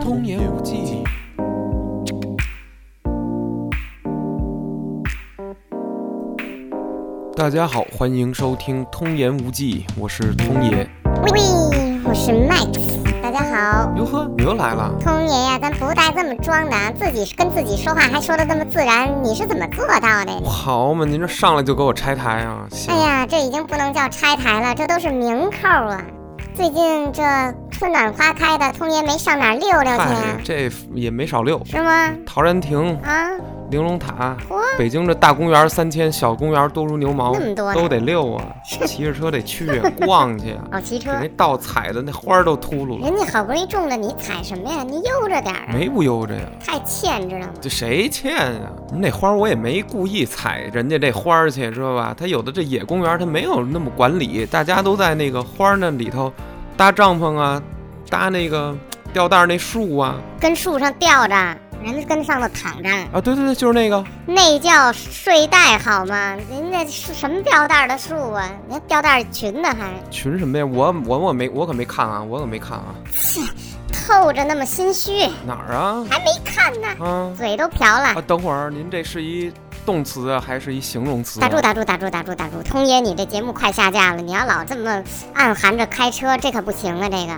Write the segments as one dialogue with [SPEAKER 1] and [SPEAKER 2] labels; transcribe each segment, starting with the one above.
[SPEAKER 1] 通言无忌。大家好，欢迎收听《通言无忌》，我是通爷。
[SPEAKER 2] 喂，我是 Max，大家好。
[SPEAKER 1] 哟呵，你又来了？
[SPEAKER 2] 通爷呀、咱不带这么装的，啊，自己跟自己说话还说的这么自然，你是怎么做到的？
[SPEAKER 1] 好嘛，您这上来就给我拆台啊！行
[SPEAKER 2] 哎，呀，这已经不能叫拆台了，这都是名扣啊。最近这春暖花开的，通爷没上哪儿溜溜去
[SPEAKER 1] 嗨
[SPEAKER 2] 呀，、
[SPEAKER 1] 这也没少溜。
[SPEAKER 2] 是吗？
[SPEAKER 1] 陶然亭、
[SPEAKER 2] 啊，
[SPEAKER 1] 玲珑塔，
[SPEAKER 2] 嚯，
[SPEAKER 1] 北京这大公园三千，小公园多如牛毛
[SPEAKER 2] 那，么多呢
[SPEAKER 1] 都得溜 啊，骑着车得去啊，逛去啊，
[SPEAKER 2] 哦，骑车
[SPEAKER 1] 给，那道踩的那花儿都秃噜了，
[SPEAKER 2] 人家好不容易种了，你踩什么呀？你悠着点儿啊，
[SPEAKER 1] 没不悠着呀。
[SPEAKER 2] 太欠，知道吗？
[SPEAKER 1] 这谁欠呀、那花儿我也没故意踩人家这花儿去，知道吧？他有的这野公园他没有那么管理，大家都在那个花儿那里头搭帐篷啊，搭那个吊带儿那树啊，
[SPEAKER 2] 跟树上吊着，人家跟上头躺着。
[SPEAKER 1] 啊，对对对，就是那个，
[SPEAKER 2] 那叫睡袋好吗？您那是什么吊带儿的树啊？那吊带儿裙呢还
[SPEAKER 1] 群什么呀？我我我没我可没看啊，我可没看啊，
[SPEAKER 2] 透着那么心虚，
[SPEAKER 1] 哪儿啊？
[SPEAKER 2] 还没看呢，
[SPEAKER 1] 啊
[SPEAKER 2] 嘴都瓢了
[SPEAKER 1] 啊，。等会儿您这是一动词啊，还是一形容词、
[SPEAKER 2] 打
[SPEAKER 1] 啊？
[SPEAKER 2] 住打住打住打住打住！通爷，你这节目快下架了，你要老这么暗含着开车，这可不行啊！这个，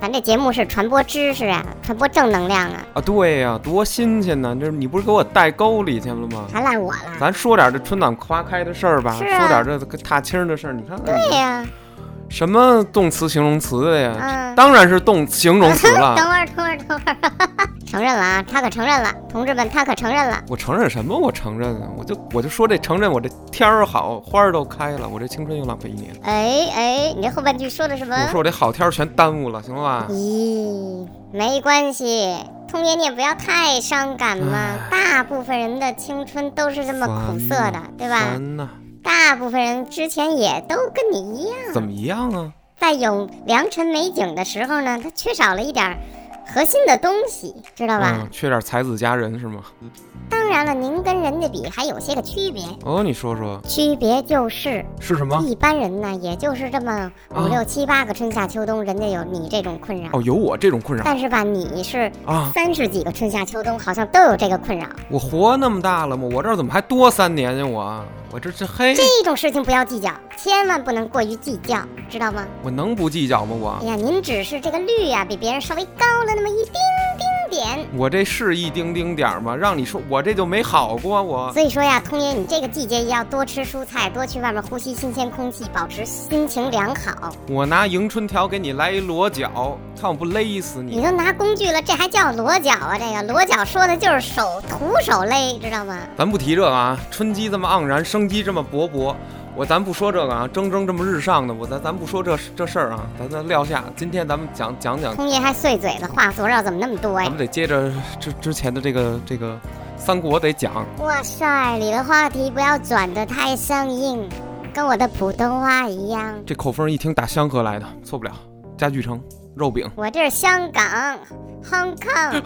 [SPEAKER 2] 咱这节目是传播知识啊，传播正能量啊，
[SPEAKER 1] 啊，对呀、多新鲜呢！这你不是给我带沟里去了吗？
[SPEAKER 2] 还赖我了。
[SPEAKER 1] 咱说点这春暖花开的事儿吧，
[SPEAKER 2] 是啊
[SPEAKER 1] 说点这个踏青的事儿。你看看，哎
[SPEAKER 2] 对呀、
[SPEAKER 1] 什么动词、形容词的呀？
[SPEAKER 2] 嗯
[SPEAKER 1] 当然是动形容词
[SPEAKER 2] 等
[SPEAKER 1] 了。
[SPEAKER 2] 会儿等会儿等会儿， 承认了啊，他可承认了，同志们，他可承认了。
[SPEAKER 1] 我承认什么？我承认啊！我就我就说这承认，我这天儿好，花儿都开了，我这青春又浪费一年。
[SPEAKER 2] 哎哎，你这后半句说的什么？
[SPEAKER 1] 我说我这好天儿全耽误了，行了吧？
[SPEAKER 2] 嗯咦，没关系，通爷你也不要太伤感嘛。大部分人的青春都是这么苦涩
[SPEAKER 1] 烦
[SPEAKER 2] 的
[SPEAKER 1] 呐，
[SPEAKER 2] 对吧？
[SPEAKER 1] 烦呐，
[SPEAKER 2] 大部分人之前也都跟你一样，
[SPEAKER 1] 怎么一样啊？
[SPEAKER 2] 在有良辰美景的时候呢，他缺少了一点儿核心的东西，知道吧？
[SPEAKER 1] 嗯，缺点才子佳人是吗？
[SPEAKER 2] 当然了，您跟人家比还有些个区别，
[SPEAKER 1] 哦，你说说
[SPEAKER 2] 区别就是
[SPEAKER 1] 是什么？
[SPEAKER 2] 一般人呢，也就是这么五
[SPEAKER 1] 啊
[SPEAKER 2] 六七八个春夏秋冬，人家有你这种困扰。
[SPEAKER 1] 哦，有我这种困扰
[SPEAKER 2] 但是吧，你是
[SPEAKER 1] 啊！
[SPEAKER 2] 三十几个春夏秋冬，好像都有这个困扰。
[SPEAKER 1] 我活那么大了吗？我这儿怎么还多三年呀？我我这这嘿，
[SPEAKER 2] 这种事情不要计较，千万不能过于计较，知道吗？
[SPEAKER 1] 我能不计较吗？我
[SPEAKER 2] 哎呀，您只是这个率呀、比别人稍微高了那么一丁丁点。
[SPEAKER 1] 我这是一丁丁点儿吗？让你说我这就没好过我。
[SPEAKER 2] 所以说呀，通爷，你这个季节要多吃蔬菜，多去外面呼吸新鲜空气，保持心情良好。
[SPEAKER 1] 我拿迎春条给你来一裸脚，看我不勒死
[SPEAKER 2] 你
[SPEAKER 1] 你！
[SPEAKER 2] 都拿工具了，这还叫裸脚啊？这个裸脚说的就是手徒手勒，知道吗？
[SPEAKER 1] 咱不提这个啊，春机这么盎然，生机这么勃勃，我咱不说这个啊，蒸蒸这么日上的，我咱咱不说这这事儿啊，咱咱撂下。今天咱们讲讲讲，
[SPEAKER 2] 通爷还碎嘴了，话佐料怎么那么多
[SPEAKER 1] 咱
[SPEAKER 2] 呀
[SPEAKER 1] 们？得接着之之前的这个这个三国得讲。
[SPEAKER 2] 哇塞，你的话题不要转得太生硬，跟我的普通话一样。
[SPEAKER 1] 这口风一听打香河来的，错不了。家具城肉饼，
[SPEAKER 2] 我这是香港，Hong Kong，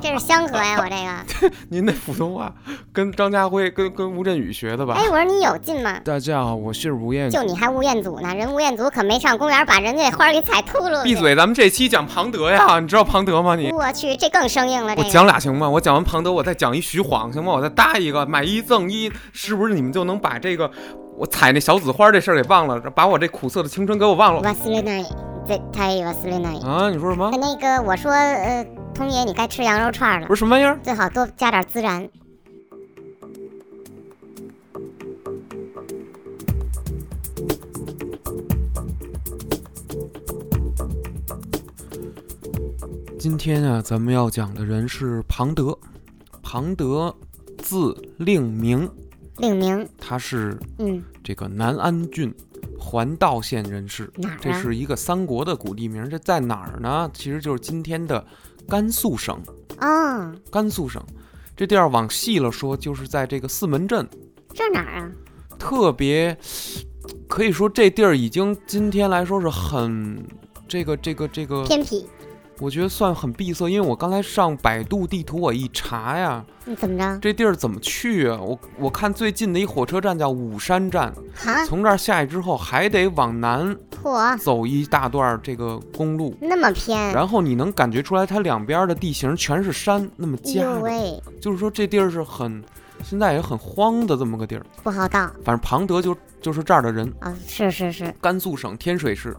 [SPEAKER 2] 这是香河呀，我这个。
[SPEAKER 1] 您那普通话跟张家辉跟跟吴镇宇学的吧？
[SPEAKER 2] 哎，我说你有劲吗？
[SPEAKER 1] 大家好，我是吴彦祖
[SPEAKER 2] 就你还吴彦祖呢？人吴彦祖可没上公园把人家花儿给踩秃噜。
[SPEAKER 1] 闭！嘴！咱们这期讲庞德呀，你知道庞德吗？你
[SPEAKER 2] 我去，这更生硬了。
[SPEAKER 1] 我
[SPEAKER 2] 这个
[SPEAKER 1] 讲俩行吗？我讲完庞德，我再讲一徐晃行吗？我再搭一个买一赠一，是不是你们就能把这个我采那小紫花这事儿给忘了，把我这苦涩的青春给我忘了
[SPEAKER 2] v a s i l i n a 这太 v a s i l i n a
[SPEAKER 1] 啊？你说什么？
[SPEAKER 2] 那个我说，呃，通爷，你该吃羊肉串儿了
[SPEAKER 1] 不，是什么玩意儿？
[SPEAKER 2] 最好多加点孜然。
[SPEAKER 1] 今天啊，咱们要讲的人是庞德。庞德，字令明，
[SPEAKER 2] 令名，
[SPEAKER 1] 他是
[SPEAKER 2] 嗯，
[SPEAKER 1] 这个南安郡环道县人士。
[SPEAKER 2] 哪儿
[SPEAKER 1] 这
[SPEAKER 2] 啊？
[SPEAKER 1] 是一个三国的古地名，这在哪儿呢？其实就是今天的甘肃省。
[SPEAKER 2] 哦，
[SPEAKER 1] 甘肃省，这地儿往细了说，就是在这个四门镇，
[SPEAKER 2] 这哪儿啊？
[SPEAKER 1] 特别可以说这地儿已经今天来说是很这个这个这个
[SPEAKER 2] 偏僻，
[SPEAKER 1] 我觉得算很闭塞，因为我刚才上百度地图，我一查呀，
[SPEAKER 2] 你嗯怎么着？
[SPEAKER 1] 这地儿怎么去啊？我我看最近的一火车站叫武山站，
[SPEAKER 2] 哈，
[SPEAKER 1] 从这儿下去之后还得往南
[SPEAKER 2] 嚯，
[SPEAKER 1] 走一大段儿这个公路，
[SPEAKER 2] 那么偏，
[SPEAKER 1] 然后你能感觉出来它两边的地形全是山，那么夹
[SPEAKER 2] 哟
[SPEAKER 1] 着，
[SPEAKER 2] 哎喂，
[SPEAKER 1] 就是说这地儿是很现在也很荒的这么个地儿。
[SPEAKER 2] 不好到
[SPEAKER 1] 反正庞德就就是这儿的人，
[SPEAKER 2] 啊、是是是，
[SPEAKER 1] 甘肃省天水市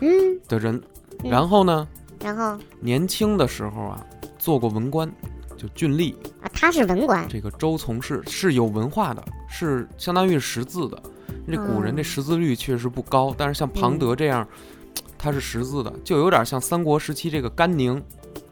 [SPEAKER 2] 嗯，
[SPEAKER 1] 的人。
[SPEAKER 2] 嗯
[SPEAKER 1] 然后呢，
[SPEAKER 2] 然后
[SPEAKER 1] 年轻的时候啊，做过文官，就郡吏。
[SPEAKER 2] 啊，他是文官，
[SPEAKER 1] 这个周从氏是有文化的，是相当于是识字的。这古人
[SPEAKER 2] 嗯
[SPEAKER 1] 这识字率确实不高，但是像庞德这样，他是识字的，就有点像三国时期这个甘宁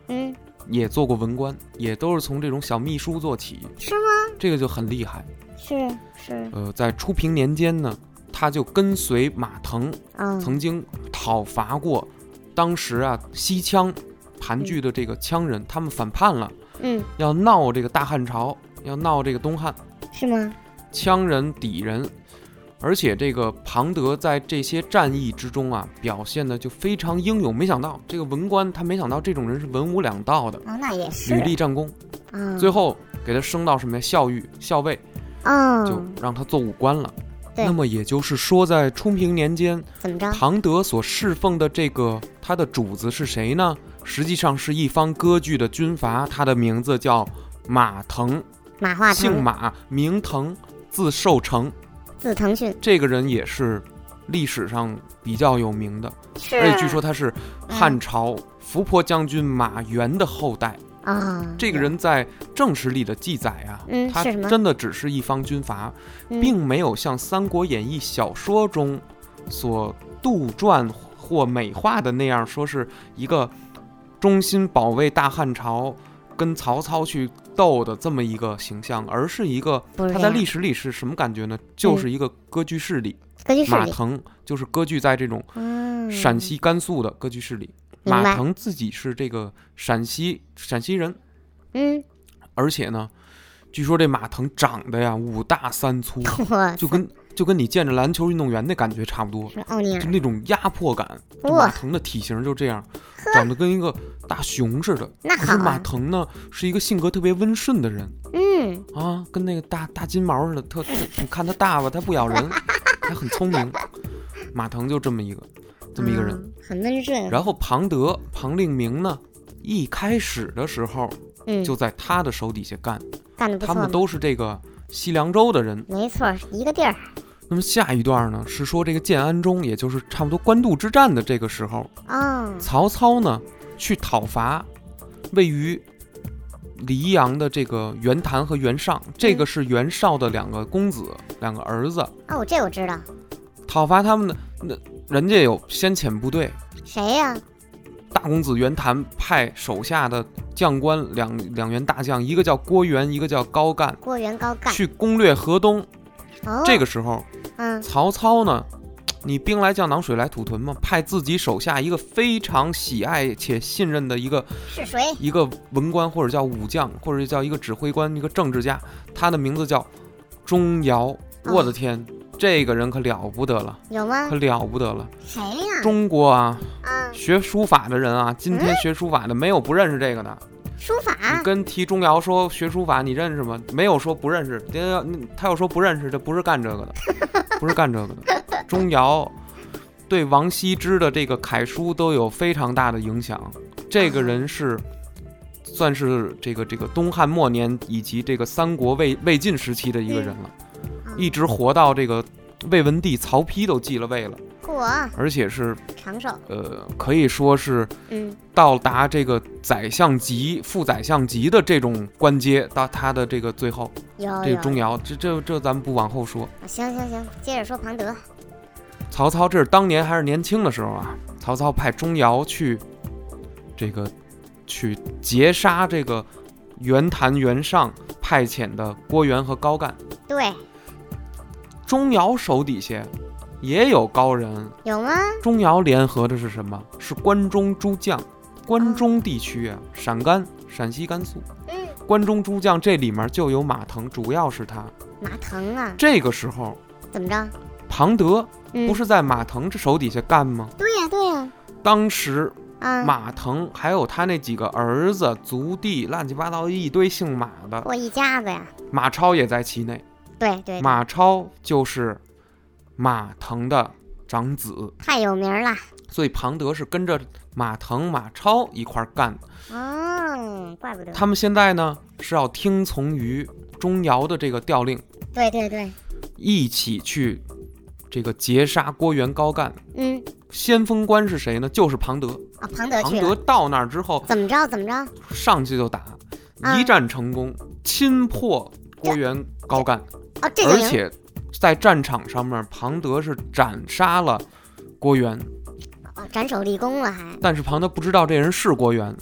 [SPEAKER 2] 嗯，
[SPEAKER 1] 也做过文官，也都是从这种小秘书做起，
[SPEAKER 2] 是吗？
[SPEAKER 1] 这个就很厉害。
[SPEAKER 2] 是是，
[SPEAKER 1] 呃，在初平年间呢，他就跟随马腾
[SPEAKER 2] 嗯，
[SPEAKER 1] 曾经讨伐过当时啊西羌盘踞的这个羌人，他们反叛了，
[SPEAKER 2] 嗯，
[SPEAKER 1] 要闹这个大汉朝，要闹这个东汉，
[SPEAKER 2] 是吗？
[SPEAKER 1] 羌人抵人。而且这个庞德在这些战役之中啊，表现的就非常英勇。没想到这个文官他没想到这种人是文武两道的，
[SPEAKER 2] 哦，那也是
[SPEAKER 1] 屡立战功，
[SPEAKER 2] 啊，
[SPEAKER 1] 最后给他升到什么呀？校尉、校尉，就
[SPEAKER 2] 嗯，
[SPEAKER 1] 让他做武官了。
[SPEAKER 2] 对啊
[SPEAKER 1] 那么也就是说，在初平年间，
[SPEAKER 2] 怎么着？
[SPEAKER 1] 庞德所侍奉的这个他的主子是谁呢？实际上是一方割据的军阀，他的名字叫马腾，
[SPEAKER 2] 马化
[SPEAKER 1] 姓
[SPEAKER 2] 腾，
[SPEAKER 1] 马，名腾，字寿成。
[SPEAKER 2] 字腾讯，
[SPEAKER 1] 这个人也是历史上比较有名的，
[SPEAKER 2] 是
[SPEAKER 1] 而且哎据说他是
[SPEAKER 2] 嗯
[SPEAKER 1] 汉朝伏波将军马援的后代。
[SPEAKER 2] 啊，
[SPEAKER 1] 这个人在正史里的记载啊，
[SPEAKER 2] 嗯
[SPEAKER 1] 他
[SPEAKER 2] 是什么
[SPEAKER 1] 真的只是一方军阀，
[SPEAKER 2] 嗯
[SPEAKER 1] 并没有像《三国演义》小说中所杜撰或美化的那样，说是一个忠心保卫大汉朝、跟曹操去斗的这么一个形象，而是一个
[SPEAKER 2] 不是
[SPEAKER 1] 他
[SPEAKER 2] 这
[SPEAKER 1] 在
[SPEAKER 2] 样
[SPEAKER 1] 历史里是什么感觉呢？就是一个割据势力，
[SPEAKER 2] 格局势
[SPEAKER 1] 马
[SPEAKER 2] 力，
[SPEAKER 1] 腾就是割据在这种
[SPEAKER 2] 嗯，
[SPEAKER 1] 陕西、甘肃的割据势力。
[SPEAKER 2] 明白
[SPEAKER 1] 马腾自己是这个陕西陕西人，
[SPEAKER 2] 嗯，
[SPEAKER 1] 而且呢，据说这马腾长得呀五大三 粗，
[SPEAKER 2] 我
[SPEAKER 1] 就跟就跟你见着篮球运动员那感觉差不多，
[SPEAKER 2] 是奥尼尔
[SPEAKER 1] 就，那种压迫感。就
[SPEAKER 2] 嗯哇
[SPEAKER 1] 马腾的体型就这样，长得跟一个大熊似的。
[SPEAKER 2] 那
[SPEAKER 1] 可是
[SPEAKER 2] 好
[SPEAKER 1] 马
[SPEAKER 2] 啊，
[SPEAKER 1] 腾呢，是一个性格特别温顺的人
[SPEAKER 2] 嗯，
[SPEAKER 1] 啊，跟那个大大金毛似的， 特你看他大吧，他不咬人，还很聪明。马腾就这么一个这么一个人。
[SPEAKER 2] 嗯，很温顺，
[SPEAKER 1] 然后庞德庞令明呢，一开始的时候
[SPEAKER 2] 嗯，
[SPEAKER 1] 就在他的手底下干，
[SPEAKER 2] 干得不
[SPEAKER 1] 他
[SPEAKER 2] 错
[SPEAKER 1] 们
[SPEAKER 2] 嘛，
[SPEAKER 1] 都是这个西凉州的人。
[SPEAKER 2] 没错，一个地儿
[SPEAKER 1] 那么下一段呢，是说这个建安中，也就是差不多官渡之战的这个时候，
[SPEAKER 2] 哦，
[SPEAKER 1] 曹操呢去讨伐位于黎阳的这个袁谭和袁尚，这个是袁绍的两个公子，两个儿子，
[SPEAKER 2] 哦，这我知道，
[SPEAKER 1] 讨伐他们的那人家有先遣部队，
[SPEAKER 2] 谁呀？
[SPEAKER 1] 大公子袁谭派手下的将官两两员大将，一个叫郭援，一个叫高干，
[SPEAKER 2] 郭元高干，
[SPEAKER 1] 去攻略河东。
[SPEAKER 2] 哦，
[SPEAKER 1] 这个时候，
[SPEAKER 2] 嗯，
[SPEAKER 1] 曹操呢，你兵来将挡，水来土屯嘛，派自己手下一个非常喜爱且信任的一个
[SPEAKER 2] 是谁？
[SPEAKER 1] 一个文官，或者叫武将，或者叫一个指挥官，一个政治家，他的名字叫钟繇。我的天，这个人可了不得了，
[SPEAKER 2] 有吗
[SPEAKER 1] 可？了不得了！
[SPEAKER 2] 谁呀？
[SPEAKER 1] 中国啊，
[SPEAKER 2] 啊，
[SPEAKER 1] 学书法的人啊，今天学书法的没有不认识这个的。
[SPEAKER 2] 书
[SPEAKER 1] 你
[SPEAKER 2] 法，
[SPEAKER 1] 跟提钟繇说学书法，你认识吗？没有说不认识，人家嗯他要说不认识，这不是干这个的，不是干这个的。钟繇对王羲之的这个楷书都有非常大的影响。这个人是算是这个这个东汉末年以及这个三国魏魏晋时期的一个人了，
[SPEAKER 2] 啊
[SPEAKER 1] 一直活到这个魏文帝曹丕都继了位了，
[SPEAKER 2] 过
[SPEAKER 1] 而且是
[SPEAKER 2] 哦长寿，
[SPEAKER 1] 呃可以说是
[SPEAKER 2] 嗯，
[SPEAKER 1] 到达这个宰相级、副宰相级的这种官阶，到他的这个最后，
[SPEAKER 2] 有
[SPEAKER 1] 这个，
[SPEAKER 2] 有啊
[SPEAKER 1] 钟繇，这这这咱们不往后说。
[SPEAKER 2] 行行行，接着说庞德，
[SPEAKER 1] 曹操这是当年还是年轻的时候啊，曹操派钟繇去这个去截杀这个袁谭袁尚派遣的郭援和高干。
[SPEAKER 2] 对，
[SPEAKER 1] 钟繇手底下也有高人，
[SPEAKER 2] 有吗？
[SPEAKER 1] 钟繇联合的是什么？是关中诸将。关中地区啊，陕甘、陕西、甘肃。
[SPEAKER 2] 嗯，
[SPEAKER 1] 关中诸将这里面就有马腾，主要是他。
[SPEAKER 2] 马腾啊，
[SPEAKER 1] 这个时候，
[SPEAKER 2] 怎么着？
[SPEAKER 1] 庞德
[SPEAKER 2] 嗯，
[SPEAKER 1] 不是在马腾这手底下干吗？
[SPEAKER 2] 对呀对呀，
[SPEAKER 1] 当时
[SPEAKER 2] 啊，
[SPEAKER 1] 马腾，还有他那几个儿子、族弟，乱七八糟一堆姓马的，
[SPEAKER 2] 我一家子呀，
[SPEAKER 1] 马超也在其内。
[SPEAKER 2] 对对，
[SPEAKER 1] 马超就是马腾的长子，
[SPEAKER 2] 太有名儿了。
[SPEAKER 1] 所以庞德是跟着马腾、马超一块儿干的。
[SPEAKER 2] 哦，怪不得。
[SPEAKER 1] 他们现在呢是要听从于钟繇的这个调令，
[SPEAKER 2] 对对对，
[SPEAKER 1] 一起去这个劫杀郭元高干。
[SPEAKER 2] 嗯，
[SPEAKER 1] 先锋官是谁呢？就是庞德。
[SPEAKER 2] 哦，庞德
[SPEAKER 1] 庞
[SPEAKER 2] 去
[SPEAKER 1] 德
[SPEAKER 2] 了，
[SPEAKER 1] 到那儿之后，
[SPEAKER 2] 怎么着怎么着？
[SPEAKER 1] 上去就打，
[SPEAKER 2] 啊
[SPEAKER 1] 一战成功，擒获郭元高干，
[SPEAKER 2] 哦，这
[SPEAKER 1] 而
[SPEAKER 2] 就赢。
[SPEAKER 1] 且在战场上面，庞德是斩杀了郭元，
[SPEAKER 2] 哦，斩首立功了还。
[SPEAKER 1] 但是庞德不知道这人是郭元。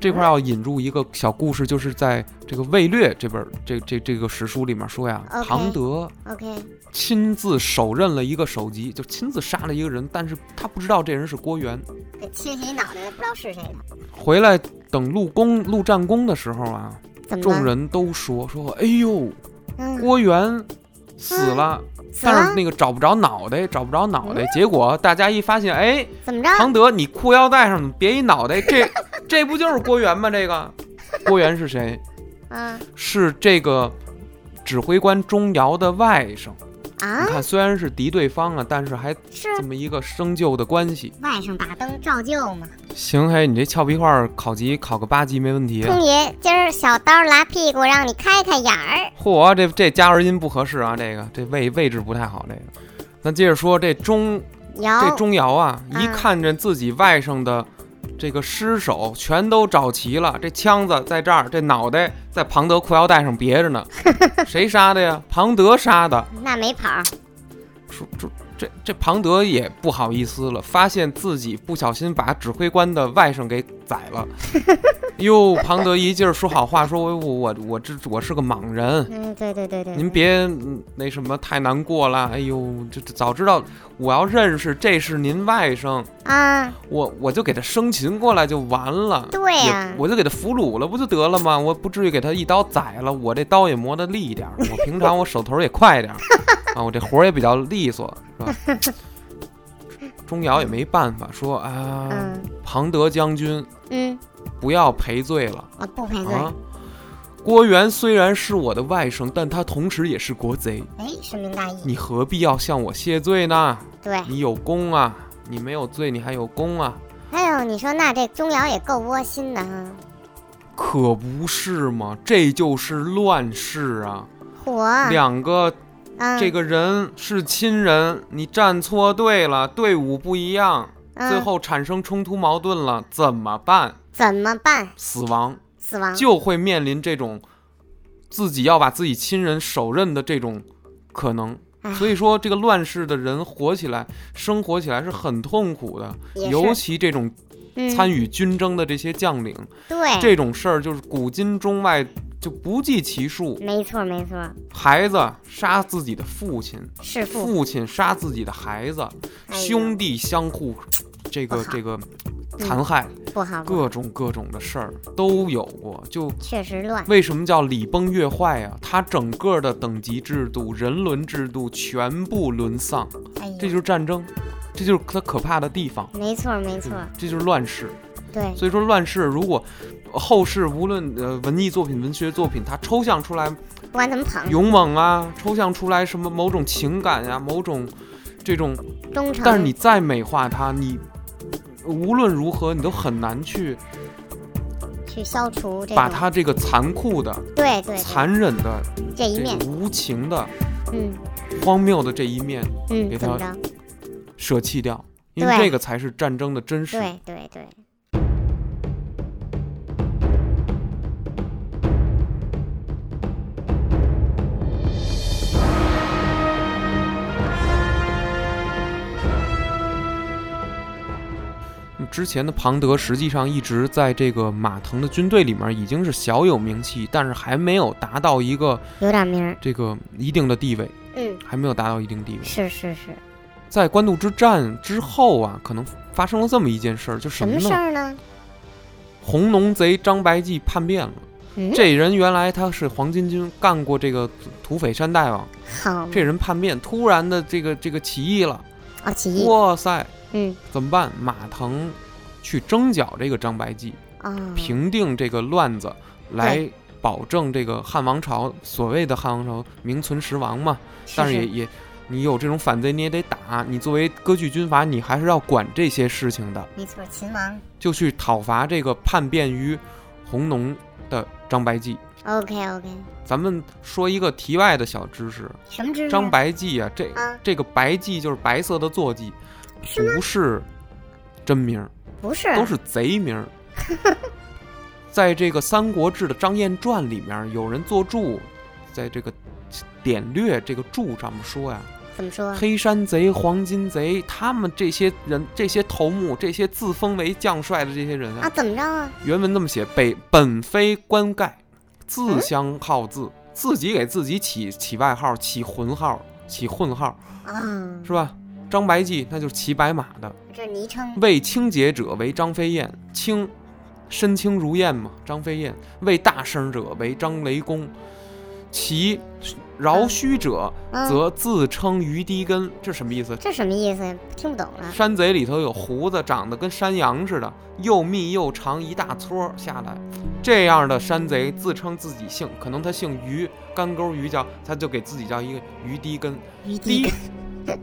[SPEAKER 1] 这块儿要引入一个小故事，就是在这个《魏略》这本儿这这这个史书里面说呀
[SPEAKER 2] OK
[SPEAKER 1] 庞德
[SPEAKER 2] OK，
[SPEAKER 1] 亲自手刃了一个首级，就亲自杀了一个人，但是他不知道这人是郭元。
[SPEAKER 2] 给亲谁脑袋了，不知道是谁的。
[SPEAKER 1] 回来等陆公陆战功的时候啊，
[SPEAKER 2] 怎么了？
[SPEAKER 1] 众人都说说，哎呦，
[SPEAKER 2] 嗯，
[SPEAKER 1] 郭元死了，
[SPEAKER 2] 死
[SPEAKER 1] 但是
[SPEAKER 2] 了？嗯
[SPEAKER 1] 那个找不着脑袋，找不着脑袋。结果大家一发现，哎，
[SPEAKER 2] 怎么着？
[SPEAKER 1] 庞德，你裤腰带上怎么别一脑袋？ 这这不就是郭元吗？这个郭元是谁？
[SPEAKER 2] 嗯
[SPEAKER 1] 是这个指挥官钟繇的外甥。你
[SPEAKER 2] 啊，
[SPEAKER 1] 看，虽然是敌对方啊，但是还
[SPEAKER 2] 是
[SPEAKER 1] 这么一个生就的关系。
[SPEAKER 2] 外甥打灯照旧嘛。
[SPEAKER 1] 行，嘿，你这俏皮话考级考个八级没问题。
[SPEAKER 2] 通爷，今儿小刀拉屁股，让你开开眼儿。
[SPEAKER 1] 嚯，这这加儿音不合适啊，这个这位位置不太好，这个。那接着说这钟这
[SPEAKER 2] 有
[SPEAKER 1] 钟繇啊，
[SPEAKER 2] 哦嗯
[SPEAKER 1] 一看见自己外甥的这个尸首全都找齐了，这枪子在这儿，这脑袋在庞德裤腰带上别着呢，谁杀的呀？庞德杀的。
[SPEAKER 2] 那没跑儿，
[SPEAKER 1] 说这这这庞德也不好意思了，发现自己不小心把指挥官的外甥给宰了。哟，庞德一劲儿说好话，说我我我我这我是个莽人。
[SPEAKER 2] 嗯，对对对对，
[SPEAKER 1] 您别嗯那什么太难过了，哎呦，这这早知道我要认识这是您外甥，
[SPEAKER 2] 啊，
[SPEAKER 1] 我我就给他生擒过来就完了，
[SPEAKER 2] 对
[SPEAKER 1] 也
[SPEAKER 2] 呀、
[SPEAKER 1] 我就给他俘虏了不就得了吗？我不至于给他一刀宰了，我这刀也磨得利一点儿，我平常我手头儿也快 点儿啊，我这活儿也比较利索，是吧？钟繇也没办法说啊，
[SPEAKER 2] 嗯
[SPEAKER 1] 庞德将军
[SPEAKER 2] 嗯，
[SPEAKER 1] 不要赔罪了
[SPEAKER 2] 我不赔罪，
[SPEAKER 1] 啊！郭元虽然是我的外甥，但他同时也是国贼，
[SPEAKER 2] 哎，深明大义，
[SPEAKER 1] 你何必要向我谢罪呢？
[SPEAKER 2] 对。
[SPEAKER 1] 你有功啊，你没有罪，你还有功啊。
[SPEAKER 2] 哎呦，你说那这钟瑶也够窝心的哈，
[SPEAKER 1] 可不是嘛，这就是乱世啊！
[SPEAKER 2] 火啊，
[SPEAKER 1] 两个
[SPEAKER 2] 嗯
[SPEAKER 1] 这个人是亲人，你站错队了，队伍不一样，最、
[SPEAKER 2] 嗯、
[SPEAKER 1] 后产生冲突矛盾了，怎么办？
[SPEAKER 2] 怎么办？
[SPEAKER 1] 死亡
[SPEAKER 2] 死亡
[SPEAKER 1] 就会面临这种自己要把自己亲人手刃的这种可能
[SPEAKER 2] 哎。
[SPEAKER 1] 所以说，这个乱世的人活起来、生活起来是很痛苦的，
[SPEAKER 2] 也
[SPEAKER 1] 尤
[SPEAKER 2] 是
[SPEAKER 1] 其这种
[SPEAKER 2] 嗯哎
[SPEAKER 1] 参与军争的这些将领，
[SPEAKER 2] 对，
[SPEAKER 1] 这种事儿就是古今中外就不计其数。
[SPEAKER 2] 没错没错，
[SPEAKER 1] 孩子杀自己的父亲，
[SPEAKER 2] 弑父，
[SPEAKER 1] 父亲杀自己的孩子，
[SPEAKER 2] 哎呦
[SPEAKER 1] 兄弟相互这
[SPEAKER 2] 不
[SPEAKER 1] 个
[SPEAKER 2] 好
[SPEAKER 1] 这个
[SPEAKER 2] 嗯
[SPEAKER 1] 残害，
[SPEAKER 2] 不好不好，
[SPEAKER 1] 各种各种的事儿都有过。就
[SPEAKER 2] 确实乱，
[SPEAKER 1] 为什么叫礼崩乐坏呀、它整个的等级制度、人伦制度全部沦丧，
[SPEAKER 2] 哎呦，
[SPEAKER 1] 这就是战争，这就是它可怕的地方。
[SPEAKER 2] 没错没错，
[SPEAKER 1] 嗯这就是乱世。
[SPEAKER 2] 对，
[SPEAKER 1] 所以说，乱世如果后世无论呃文艺作品、文学作品，它抽象出来
[SPEAKER 2] 不管怎么捧，
[SPEAKER 1] 勇猛啊，抽象出来什么某种情感呀、某种这种，
[SPEAKER 2] 忠诚，
[SPEAKER 1] 但是你再美化它，你无论如何你都很难去
[SPEAKER 2] 去消除这
[SPEAKER 1] 把
[SPEAKER 2] 种
[SPEAKER 1] 它这个残酷的、
[SPEAKER 2] 对对对
[SPEAKER 1] 残忍的、
[SPEAKER 2] 这一
[SPEAKER 1] 这
[SPEAKER 2] 面
[SPEAKER 1] 个，无情的、
[SPEAKER 2] 嗯
[SPEAKER 1] 荒谬的这一面
[SPEAKER 2] 嗯，
[SPEAKER 1] 给
[SPEAKER 2] 怎么
[SPEAKER 1] 它
[SPEAKER 2] 着？
[SPEAKER 1] 舍弃掉，因为
[SPEAKER 2] 对
[SPEAKER 1] 这个才是战争的真实。
[SPEAKER 2] 对对对，
[SPEAKER 1] 之前的庞德实际上一直在这个马腾的军队里面已经是小有名气，但是还没有达到一个
[SPEAKER 2] 有点名儿，
[SPEAKER 1] 这个一定的地位，
[SPEAKER 2] 嗯，
[SPEAKER 1] 还没有达到一定地位。
[SPEAKER 2] 是是是，
[SPEAKER 1] 在官渡之战之后啊，可能发生了这么一件事儿，就
[SPEAKER 2] 什
[SPEAKER 1] 什么
[SPEAKER 2] 么事
[SPEAKER 1] 呢？
[SPEAKER 2] 儿呢？
[SPEAKER 1] 红龙贼张白济叛变了。
[SPEAKER 2] 嗯，
[SPEAKER 1] 这人原来他是黄巾军，干过这个土匪山大王。
[SPEAKER 2] 好
[SPEAKER 1] 这人叛变，突然的这个这个起义了。
[SPEAKER 2] 哦，起义，
[SPEAKER 1] 哇塞，
[SPEAKER 2] 嗯
[SPEAKER 1] 怎么办？马腾去征剿这个张白济，
[SPEAKER 2] 哦，
[SPEAKER 1] 平定这个乱子，来保证这个汉王朝所谓的汉王朝名存实亡嘛。
[SPEAKER 2] 是
[SPEAKER 1] 但是也也，你有这种反贼你也得打，你作为割据军阀，你还是要管这些事情的。
[SPEAKER 2] 没错，秦王。
[SPEAKER 1] 就去讨伐这个叛变于红农的张白济。
[SPEAKER 2] OK OK，
[SPEAKER 1] 咱们说一个题外的小知识，
[SPEAKER 2] 什么知识？
[SPEAKER 1] 张白济啊，这
[SPEAKER 2] 啊，
[SPEAKER 1] 这个白济就是白色的坐骑，
[SPEAKER 2] 是吗？
[SPEAKER 1] 不是真名儿，
[SPEAKER 2] 不是，
[SPEAKER 1] 都是贼名 儿。在这个《三国志》的张燕传里面，有人作注，在这个典略这个注上面说呀，
[SPEAKER 2] 怎么说？
[SPEAKER 1] 黑山贼、黄金贼，他们这些人、这些头目、这些自封为将帅的这些人
[SPEAKER 2] 啊，怎么着啊？
[SPEAKER 1] 原文这么写：北本非官盖，自相好字，
[SPEAKER 2] 嗯
[SPEAKER 1] 自己给自己起起外号、起混号、起混号，
[SPEAKER 2] 啊、
[SPEAKER 1] 是吧？张白济那就是骑白马的，
[SPEAKER 2] 这是昵称。
[SPEAKER 1] 为清洁者为张飞燕，清，身轻如燕嘛，张飞燕；为大声者为张雷公，其饶须者
[SPEAKER 2] 嗯，
[SPEAKER 1] 则自称于低根，这什么意思？
[SPEAKER 2] 这什么意思？听不懂啊。
[SPEAKER 1] 山贼里头有胡子，长得跟山羊似的，又密又长，一大撮下来。这样的山贼自称自己姓，可能他姓于，干沟于叫，他就给自己叫一个于低根。
[SPEAKER 2] 于
[SPEAKER 1] 低
[SPEAKER 2] 低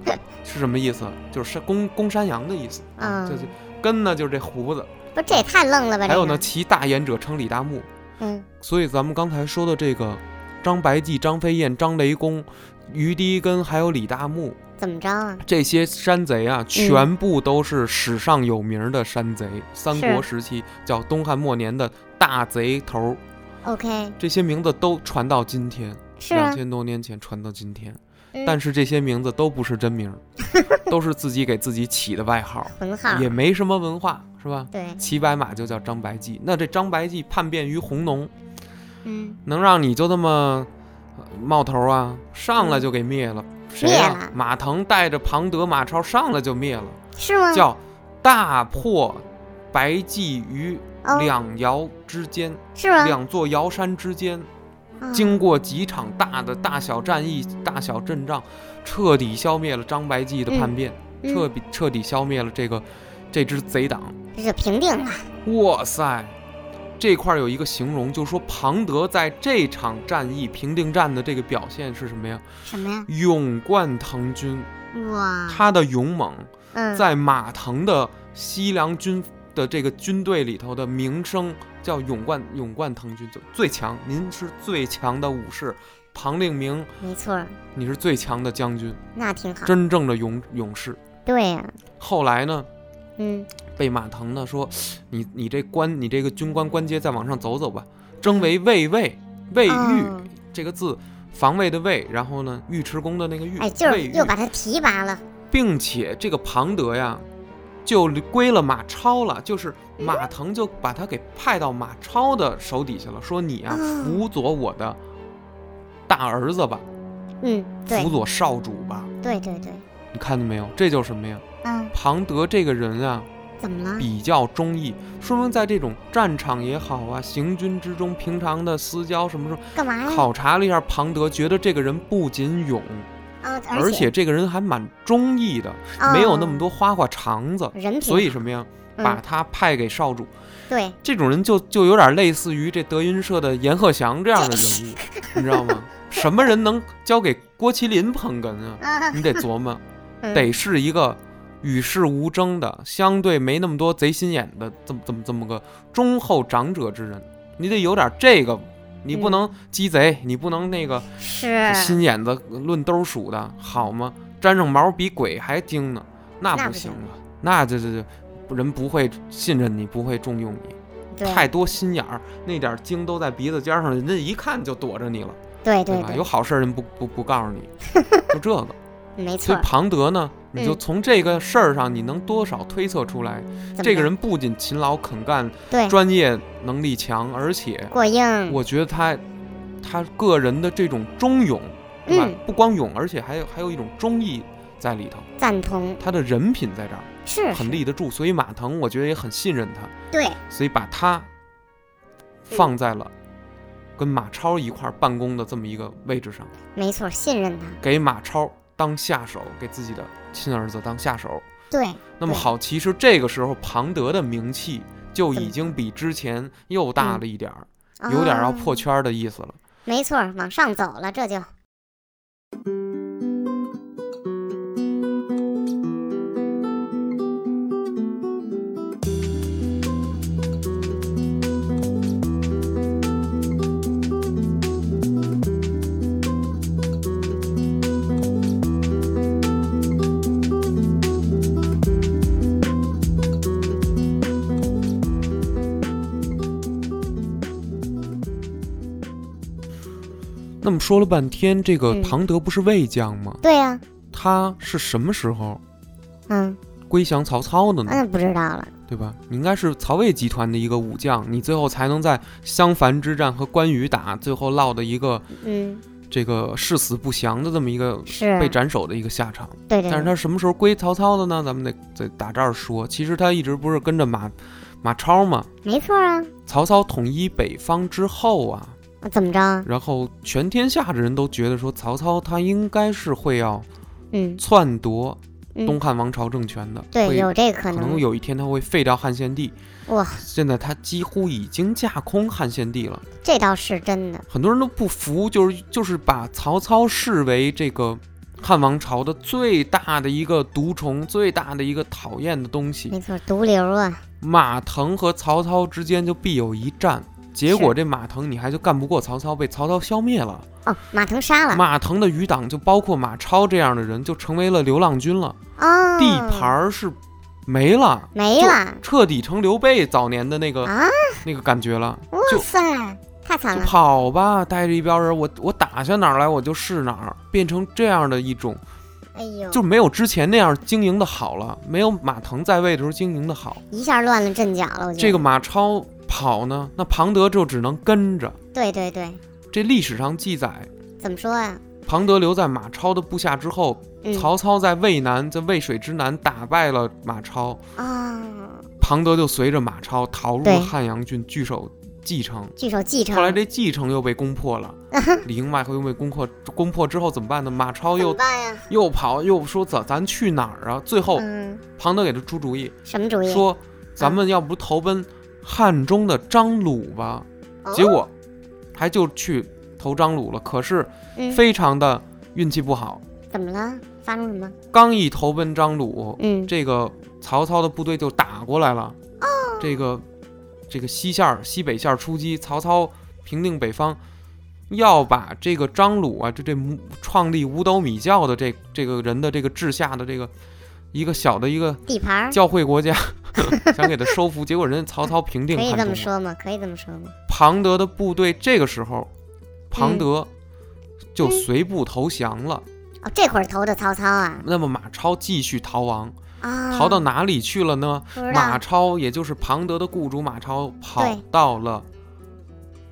[SPEAKER 1] 是什么意思？就是山公公山羊的意思
[SPEAKER 2] 嗯
[SPEAKER 1] 就是根呢，就是这胡子。
[SPEAKER 2] 不是，这也太愣了吧？
[SPEAKER 1] 还有
[SPEAKER 2] 这
[SPEAKER 1] 呢，
[SPEAKER 2] 个？
[SPEAKER 1] 其大言者称李大木。
[SPEAKER 2] 嗯，
[SPEAKER 1] 所以咱们刚才说的这个张白济、张飞燕、张雷公、于低根，还有李大木
[SPEAKER 2] 怎么着啊？
[SPEAKER 1] 这些山贼
[SPEAKER 2] 嗯
[SPEAKER 1] 啊，全部都是史上有名的山贼。三国时期叫东汉末年的大贼头，
[SPEAKER 2] OK，
[SPEAKER 1] 这些名字都传到今天，
[SPEAKER 2] 是
[SPEAKER 1] 两
[SPEAKER 2] 啊，
[SPEAKER 1] 千多年前传到今天。
[SPEAKER 2] 嗯
[SPEAKER 1] 但是这些名字都不是真 名，都是自己给自己起的外号，
[SPEAKER 2] 混号
[SPEAKER 1] 也没什么文化，是吧？
[SPEAKER 2] 对，
[SPEAKER 1] 骑白马就叫张白济，那这张白济叛变于红农，
[SPEAKER 2] 嗯，
[SPEAKER 1] 能让你就这么呃冒头啊？上来就给灭了，谁呀、
[SPEAKER 2] 嗯灭了
[SPEAKER 1] 马腾带着庞德、马超上来就灭了。
[SPEAKER 2] 是吗？
[SPEAKER 1] 叫大破白济于
[SPEAKER 2] 哦，
[SPEAKER 1] 两窑之间，
[SPEAKER 2] 是啊吗？
[SPEAKER 1] 两座窑山之间，
[SPEAKER 2] 啊
[SPEAKER 1] 经过几场大的大小战役、大小阵仗，彻底消灭了张白济的叛变，
[SPEAKER 2] 嗯
[SPEAKER 1] 彻底彻底消灭了这个这支贼党。
[SPEAKER 2] 这就平定了。
[SPEAKER 1] 哇塞！这块儿有一个形容，就说庞德在这场战役平定战的这个表现是什么呀？
[SPEAKER 2] 什么呀？
[SPEAKER 1] 勇冠腾军，
[SPEAKER 2] 哇，
[SPEAKER 1] 他的勇猛
[SPEAKER 2] 嗯，
[SPEAKER 1] 在马腾的西凉军的这个军队里头的名声叫勇冠勇冠腾军，就最强。您是最强的武士，庞令明，
[SPEAKER 2] 没错儿，
[SPEAKER 1] 你是最强的将军，
[SPEAKER 2] 那挺好。
[SPEAKER 1] 真正的勇勇士。
[SPEAKER 2] 对呀、
[SPEAKER 1] 后来呢，
[SPEAKER 2] 嗯，
[SPEAKER 1] 被马腾呢说，你你这官你这个军官官阶再往上走走吧，征为卫尉，卫尉
[SPEAKER 2] 哦
[SPEAKER 1] 这个字。防卫的卫，然后呢，尉迟恭的那个尉，
[SPEAKER 2] 哎，就是
[SPEAKER 1] 卫尉
[SPEAKER 2] 又把他提拔了。
[SPEAKER 1] 并且这个庞德呀，就归了马超了，就是马腾就把他给派到马超的手底下了，说你啊
[SPEAKER 2] 嗯
[SPEAKER 1] 辅佐我的大儿子吧，
[SPEAKER 2] 嗯，对
[SPEAKER 1] 辅，佐少主吧。
[SPEAKER 2] 对对对，
[SPEAKER 1] 你看见没有？这就是什么呀？
[SPEAKER 2] 嗯，
[SPEAKER 1] 庞德这个人啊，
[SPEAKER 2] 怎么了？
[SPEAKER 1] 比较忠义，说明在这种战场也好啊，行军之中，平常的私交什么时候
[SPEAKER 2] 干嘛呀？哦
[SPEAKER 1] 考察了一下庞德，觉得这个人不仅勇，
[SPEAKER 2] 啊，
[SPEAKER 1] 而
[SPEAKER 2] 且
[SPEAKER 1] 且这个人还蛮忠义的，没有那么
[SPEAKER 2] 哦
[SPEAKER 1] 多花花肠子。
[SPEAKER 2] 人品，
[SPEAKER 1] 所以什么呀，
[SPEAKER 2] 嗯
[SPEAKER 1] 把他派给少主，
[SPEAKER 2] 对，
[SPEAKER 1] 这种人就就有点类似于这德云社的阎鹤祥这样的人物，你知道吗？什么人能交给郭麒麟捧哏啊？
[SPEAKER 2] 啊，
[SPEAKER 1] 你得琢磨，
[SPEAKER 2] 嗯
[SPEAKER 1] 得是一个与世无争的，相对没那么多贼心眼的，这么这么这么个忠厚长者之人，你得有点这个。你不
[SPEAKER 2] 嗯
[SPEAKER 1] 能鸡贼，你不能那个
[SPEAKER 2] 是
[SPEAKER 1] 心眼子论兜数的，好吗？沾上毛比鬼还精呢，那
[SPEAKER 2] 那
[SPEAKER 1] 不
[SPEAKER 2] 不
[SPEAKER 1] 行
[SPEAKER 2] 行
[SPEAKER 1] 啊！那这这这人不会信任你，不会重用你，
[SPEAKER 2] 对
[SPEAKER 1] 太多心眼儿，那点儿精都在鼻子尖儿上，人家一看就躲着你了，
[SPEAKER 2] 对对
[SPEAKER 1] 吧？有好事儿人不不不告 诉你，就这个。
[SPEAKER 2] 对，没
[SPEAKER 1] 所
[SPEAKER 2] 错
[SPEAKER 1] 以
[SPEAKER 2] 儿。
[SPEAKER 1] 庞德呢，你就
[SPEAKER 2] 嗯
[SPEAKER 1] 从这个事儿上，你能多少推测出来，
[SPEAKER 2] 怎么
[SPEAKER 1] 这个
[SPEAKER 2] 着
[SPEAKER 1] 人不仅勤劳肯干，
[SPEAKER 2] 对嗯
[SPEAKER 1] 专业能力强，而且
[SPEAKER 2] 过硬，
[SPEAKER 1] 我觉得他他个人的这种忠勇，对吧？
[SPEAKER 2] 嗯
[SPEAKER 1] 不光勇，而且还有还有一种忠义在里头，
[SPEAKER 2] 赞同，
[SPEAKER 1] 他的人品在这儿
[SPEAKER 2] 是
[SPEAKER 1] 很
[SPEAKER 2] 是
[SPEAKER 1] 立得住，所以马腾我觉得也很信任他，
[SPEAKER 2] 对，
[SPEAKER 1] 所以把他放在了跟马超一块儿办公的这么一个位置上，
[SPEAKER 2] 没错儿，信任他，
[SPEAKER 1] 给马超当下手，给自己的亲儿子当下手，
[SPEAKER 2] 对，
[SPEAKER 1] 那么
[SPEAKER 2] 对
[SPEAKER 1] 好，其实这个时候庞德的名气就已经比之前又大了一点儿，有点儿要
[SPEAKER 2] 哦
[SPEAKER 1] 破圈儿的意思了。
[SPEAKER 2] 没错，往上走了，这就。
[SPEAKER 1] 那么说了半天，这个
[SPEAKER 2] 嗯
[SPEAKER 1] 庞德不是魏将吗？
[SPEAKER 2] 对呀、
[SPEAKER 1] 他是什么时候
[SPEAKER 2] 嗯，
[SPEAKER 1] 归降曹操的呢？
[SPEAKER 2] 那不知道了。
[SPEAKER 1] 对吧？你应该是曹魏集团的一个武将，你最后才能在襄樊之战和关羽打，最后落得一个
[SPEAKER 2] 嗯，
[SPEAKER 1] 这个誓死不降的这么一个
[SPEAKER 2] 是
[SPEAKER 1] 被斩首的一个下场。
[SPEAKER 2] 对对对，
[SPEAKER 1] 但是他什么时候归曹操的呢？咱们得得打这儿说。其实他一直不是跟着马马超嘛。
[SPEAKER 2] 没错啊。
[SPEAKER 1] 曹操统一北方之后啊，
[SPEAKER 2] 啊怎么着啊？
[SPEAKER 1] 然后全天下的人都觉得说曹操他应该是会要
[SPEAKER 2] 嗯，
[SPEAKER 1] 篡夺
[SPEAKER 2] 嗯
[SPEAKER 1] 东汉王朝政权的，
[SPEAKER 2] 对，
[SPEAKER 1] 会
[SPEAKER 2] 有这可
[SPEAKER 1] 可能有一天他会废掉汉献帝。
[SPEAKER 2] 哇，
[SPEAKER 1] 现在他几乎已经架空汉献帝了，
[SPEAKER 2] 这倒是真的。
[SPEAKER 1] 很多人都不服，就是就是把曹操视为这个汉王朝的最大的一个毒虫，最大的一个讨厌的东西。
[SPEAKER 2] 没错，毒瘤啊，
[SPEAKER 1] 马腾和曹操之间就必有一战。结果这马腾你还就干不过曹操，被曹操消灭了。
[SPEAKER 2] 哦，马腾杀了，
[SPEAKER 1] 马腾的余党就包括马超这样的人，就成为了流浪军了，
[SPEAKER 2] 哦，
[SPEAKER 1] 地盘儿是没了，
[SPEAKER 2] 没
[SPEAKER 1] 就
[SPEAKER 2] 了，
[SPEAKER 1] 彻底成刘备早年的那个、
[SPEAKER 2] 啊
[SPEAKER 1] 那个感觉了。
[SPEAKER 2] 哇
[SPEAKER 1] 就
[SPEAKER 2] 塞，太惨
[SPEAKER 1] 就
[SPEAKER 2] 了，
[SPEAKER 1] 跑吧，带着一帮人，我我打下哪儿来我就是哪儿，变成这样的一种，
[SPEAKER 2] 哎呦，
[SPEAKER 1] 就没有之前那样经营的好了，没有马腾在位的时候经营的好。
[SPEAKER 2] 一下乱了阵脚了，我觉得
[SPEAKER 1] 这个马超跑呢，那庞德就只能跟着。
[SPEAKER 2] 对对对，
[SPEAKER 1] 这历史上记载，
[SPEAKER 2] 怎么说呀、
[SPEAKER 1] 庞德留在马超的部下之后，
[SPEAKER 2] 嗯，
[SPEAKER 1] 曹操在渭南，在渭水之南打败了马超，
[SPEAKER 2] 啊，
[SPEAKER 1] 庞德就随着马超逃入
[SPEAKER 2] 对
[SPEAKER 1] 汉阳郡，据守蓟城。
[SPEAKER 2] 据守继承，
[SPEAKER 1] 后来这蓟城又被攻破 了，里应外合又被攻破，攻破之后怎么办呢？马超
[SPEAKER 2] 怎么
[SPEAKER 1] 又
[SPEAKER 2] 办呀？
[SPEAKER 1] 又跑又说咱咱去哪儿啊？最后
[SPEAKER 2] 嗯，
[SPEAKER 1] 庞德给他出主意，
[SPEAKER 2] 什么主意？
[SPEAKER 1] 说咱们要不投奔汉中的张鲁吧？
[SPEAKER 2] 哦
[SPEAKER 1] 结果还就去投张鲁了，可是
[SPEAKER 2] 嗯，
[SPEAKER 1] 非常的运气不好，
[SPEAKER 2] 怎么了？发生什么？
[SPEAKER 1] 刚一投奔张鲁，
[SPEAKER 2] 嗯，
[SPEAKER 1] 这个曹操的部队就打过来了。
[SPEAKER 2] 哦
[SPEAKER 1] 这个这个西线儿西北线儿出击，曹操平定北方，要把这个张鲁啊，这这母创立五斗米教的这这个人的这个治下的这个一个小的一个
[SPEAKER 2] 地盘儿
[SPEAKER 1] 教会国家， 想给他收服，结果人家曹操平定
[SPEAKER 2] 可以
[SPEAKER 1] 汉
[SPEAKER 2] 这
[SPEAKER 1] 中
[SPEAKER 2] 么
[SPEAKER 1] 了。
[SPEAKER 2] 说吗？可以这么说吗？
[SPEAKER 1] 庞德的部队这个时候，庞
[SPEAKER 2] 嗯
[SPEAKER 1] 德就
[SPEAKER 2] 嗯
[SPEAKER 1] 随部投降了。
[SPEAKER 2] 哦，这会儿投的曹操啊，
[SPEAKER 1] 那么马超继续逃亡，
[SPEAKER 2] 啊，
[SPEAKER 1] 逃到哪里去了呢？
[SPEAKER 2] 不知
[SPEAKER 1] 马
[SPEAKER 2] 道，
[SPEAKER 1] 超，也就是庞德的雇主马超，跑
[SPEAKER 2] 对
[SPEAKER 1] 到了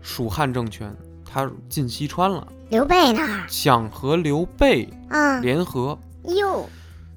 [SPEAKER 1] 蜀汉政权，他进西川了，
[SPEAKER 2] 刘备那儿
[SPEAKER 1] 想和刘备
[SPEAKER 2] 啊，
[SPEAKER 1] 联合。
[SPEAKER 2] 哟，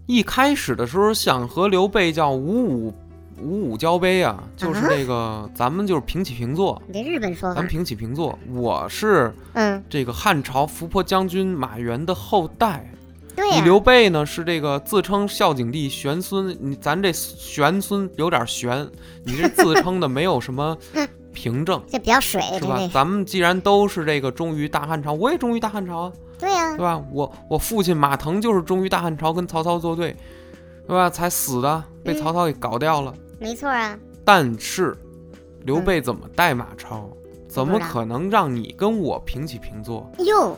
[SPEAKER 1] 一开始的时候，想和刘备叫五五五五交杯啊，就是这个咱们就是平起平坐，
[SPEAKER 2] 你这日本说
[SPEAKER 1] 咱
[SPEAKER 2] 法
[SPEAKER 1] 们，平起平坐。我是
[SPEAKER 2] 嗯，
[SPEAKER 1] 这个汉朝伏破将军马援的后代，
[SPEAKER 2] 对
[SPEAKER 1] 你
[SPEAKER 2] 呀、
[SPEAKER 1] 刘备呢是这个自称孝景帝玄孙，你咱这玄孙有点玄，你这自称的没有什 么
[SPEAKER 2] 嗯
[SPEAKER 1] 凭证，
[SPEAKER 2] 这比较水，
[SPEAKER 1] 是
[SPEAKER 2] 这
[SPEAKER 1] 吧？
[SPEAKER 2] 这，
[SPEAKER 1] 咱们既然都是这个忠于大汉朝，我也忠于大汉朝啊，
[SPEAKER 2] 对呀、
[SPEAKER 1] 对吧？我我父亲马腾就是忠于大汉朝，跟曹操作对，对吧？才死的，被
[SPEAKER 2] 嗯
[SPEAKER 1] 曹操给搞掉了。
[SPEAKER 2] 没错啊，
[SPEAKER 1] 但是刘备怎么带马超？
[SPEAKER 2] 嗯
[SPEAKER 1] 怎么可能让你跟我平起平坐？
[SPEAKER 2] 哟，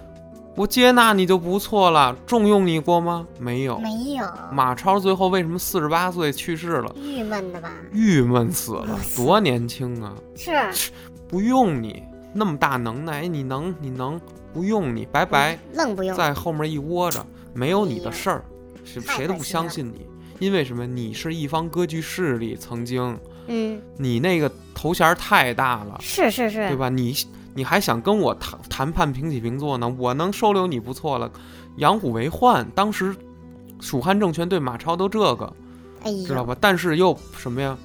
[SPEAKER 1] 我接纳你就不错了，重用你过吗？没有，
[SPEAKER 2] 没有，
[SPEAKER 1] 马超最后为什么四十八岁去世了？
[SPEAKER 2] 郁闷的吧？
[SPEAKER 1] 郁闷死了
[SPEAKER 2] 哇，塞
[SPEAKER 1] 多年轻啊！
[SPEAKER 2] 是，
[SPEAKER 1] 不用你那么大能耐，哎你能你能，不用你，拜拜，
[SPEAKER 2] 愣不用，
[SPEAKER 1] 在后面一窝着，没有你的事儿，是
[SPEAKER 2] 太
[SPEAKER 1] 谁都
[SPEAKER 2] 可
[SPEAKER 1] 不
[SPEAKER 2] 惜
[SPEAKER 1] 相
[SPEAKER 2] 了
[SPEAKER 1] 信你，因为什么？你是一方割据势力，曾经
[SPEAKER 2] 嗯，
[SPEAKER 1] 你那个头衔儿太大了，
[SPEAKER 2] 是是是，
[SPEAKER 1] 对吧？你你还想跟我谈谈判平起平坐呢？我能收留你不错了，养虎为患，当时蜀汉政权对马超都这个。
[SPEAKER 2] 哎
[SPEAKER 1] 知道
[SPEAKER 2] 呦，
[SPEAKER 1] 吧？但是又什么呀？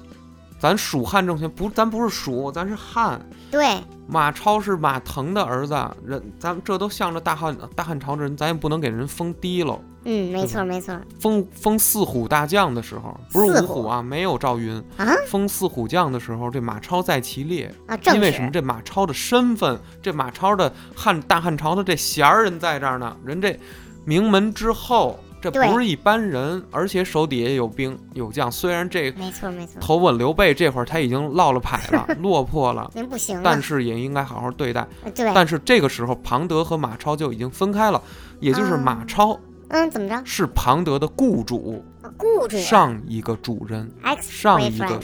[SPEAKER 1] 咱蜀汉政权不，咱不是蜀，咱是汉。
[SPEAKER 2] 对，
[SPEAKER 1] 马超是马腾的儿子，人咱们这都向着大汉大汉朝的人，咱也不能给人封低喽，
[SPEAKER 2] 嗯，没错没错。
[SPEAKER 1] 封封四虎大将的时候，不是
[SPEAKER 2] 四
[SPEAKER 1] 五
[SPEAKER 2] 虎
[SPEAKER 1] 虎啊，没有赵云
[SPEAKER 2] 啊。
[SPEAKER 1] 封四虎将的时候，这马超在其列，
[SPEAKER 2] 啊，正
[SPEAKER 1] 因为
[SPEAKER 2] 史
[SPEAKER 1] 什么？这马超的身份，这马超的汉大汉朝的这贤儿人在这儿呢，人这名门之后，这
[SPEAKER 2] 对
[SPEAKER 1] 不是一般人，而且手底下有兵有将。虽然这
[SPEAKER 2] 没错没 错，
[SPEAKER 1] 投奔刘备这会儿他已经落了牌 了，落魄了，
[SPEAKER 2] 您不行了
[SPEAKER 1] 但。是也应该好好对待。
[SPEAKER 2] 呃对，
[SPEAKER 1] 但是这个时候，庞德和马超就已经分开了，也
[SPEAKER 2] 啊
[SPEAKER 1] 就是马超
[SPEAKER 2] 嗯，怎么着？
[SPEAKER 1] 是庞德的雇主，
[SPEAKER 2] 啊雇主
[SPEAKER 1] 上一个主人，
[SPEAKER 2] ex
[SPEAKER 1] 上一个
[SPEAKER 2] boyfriend，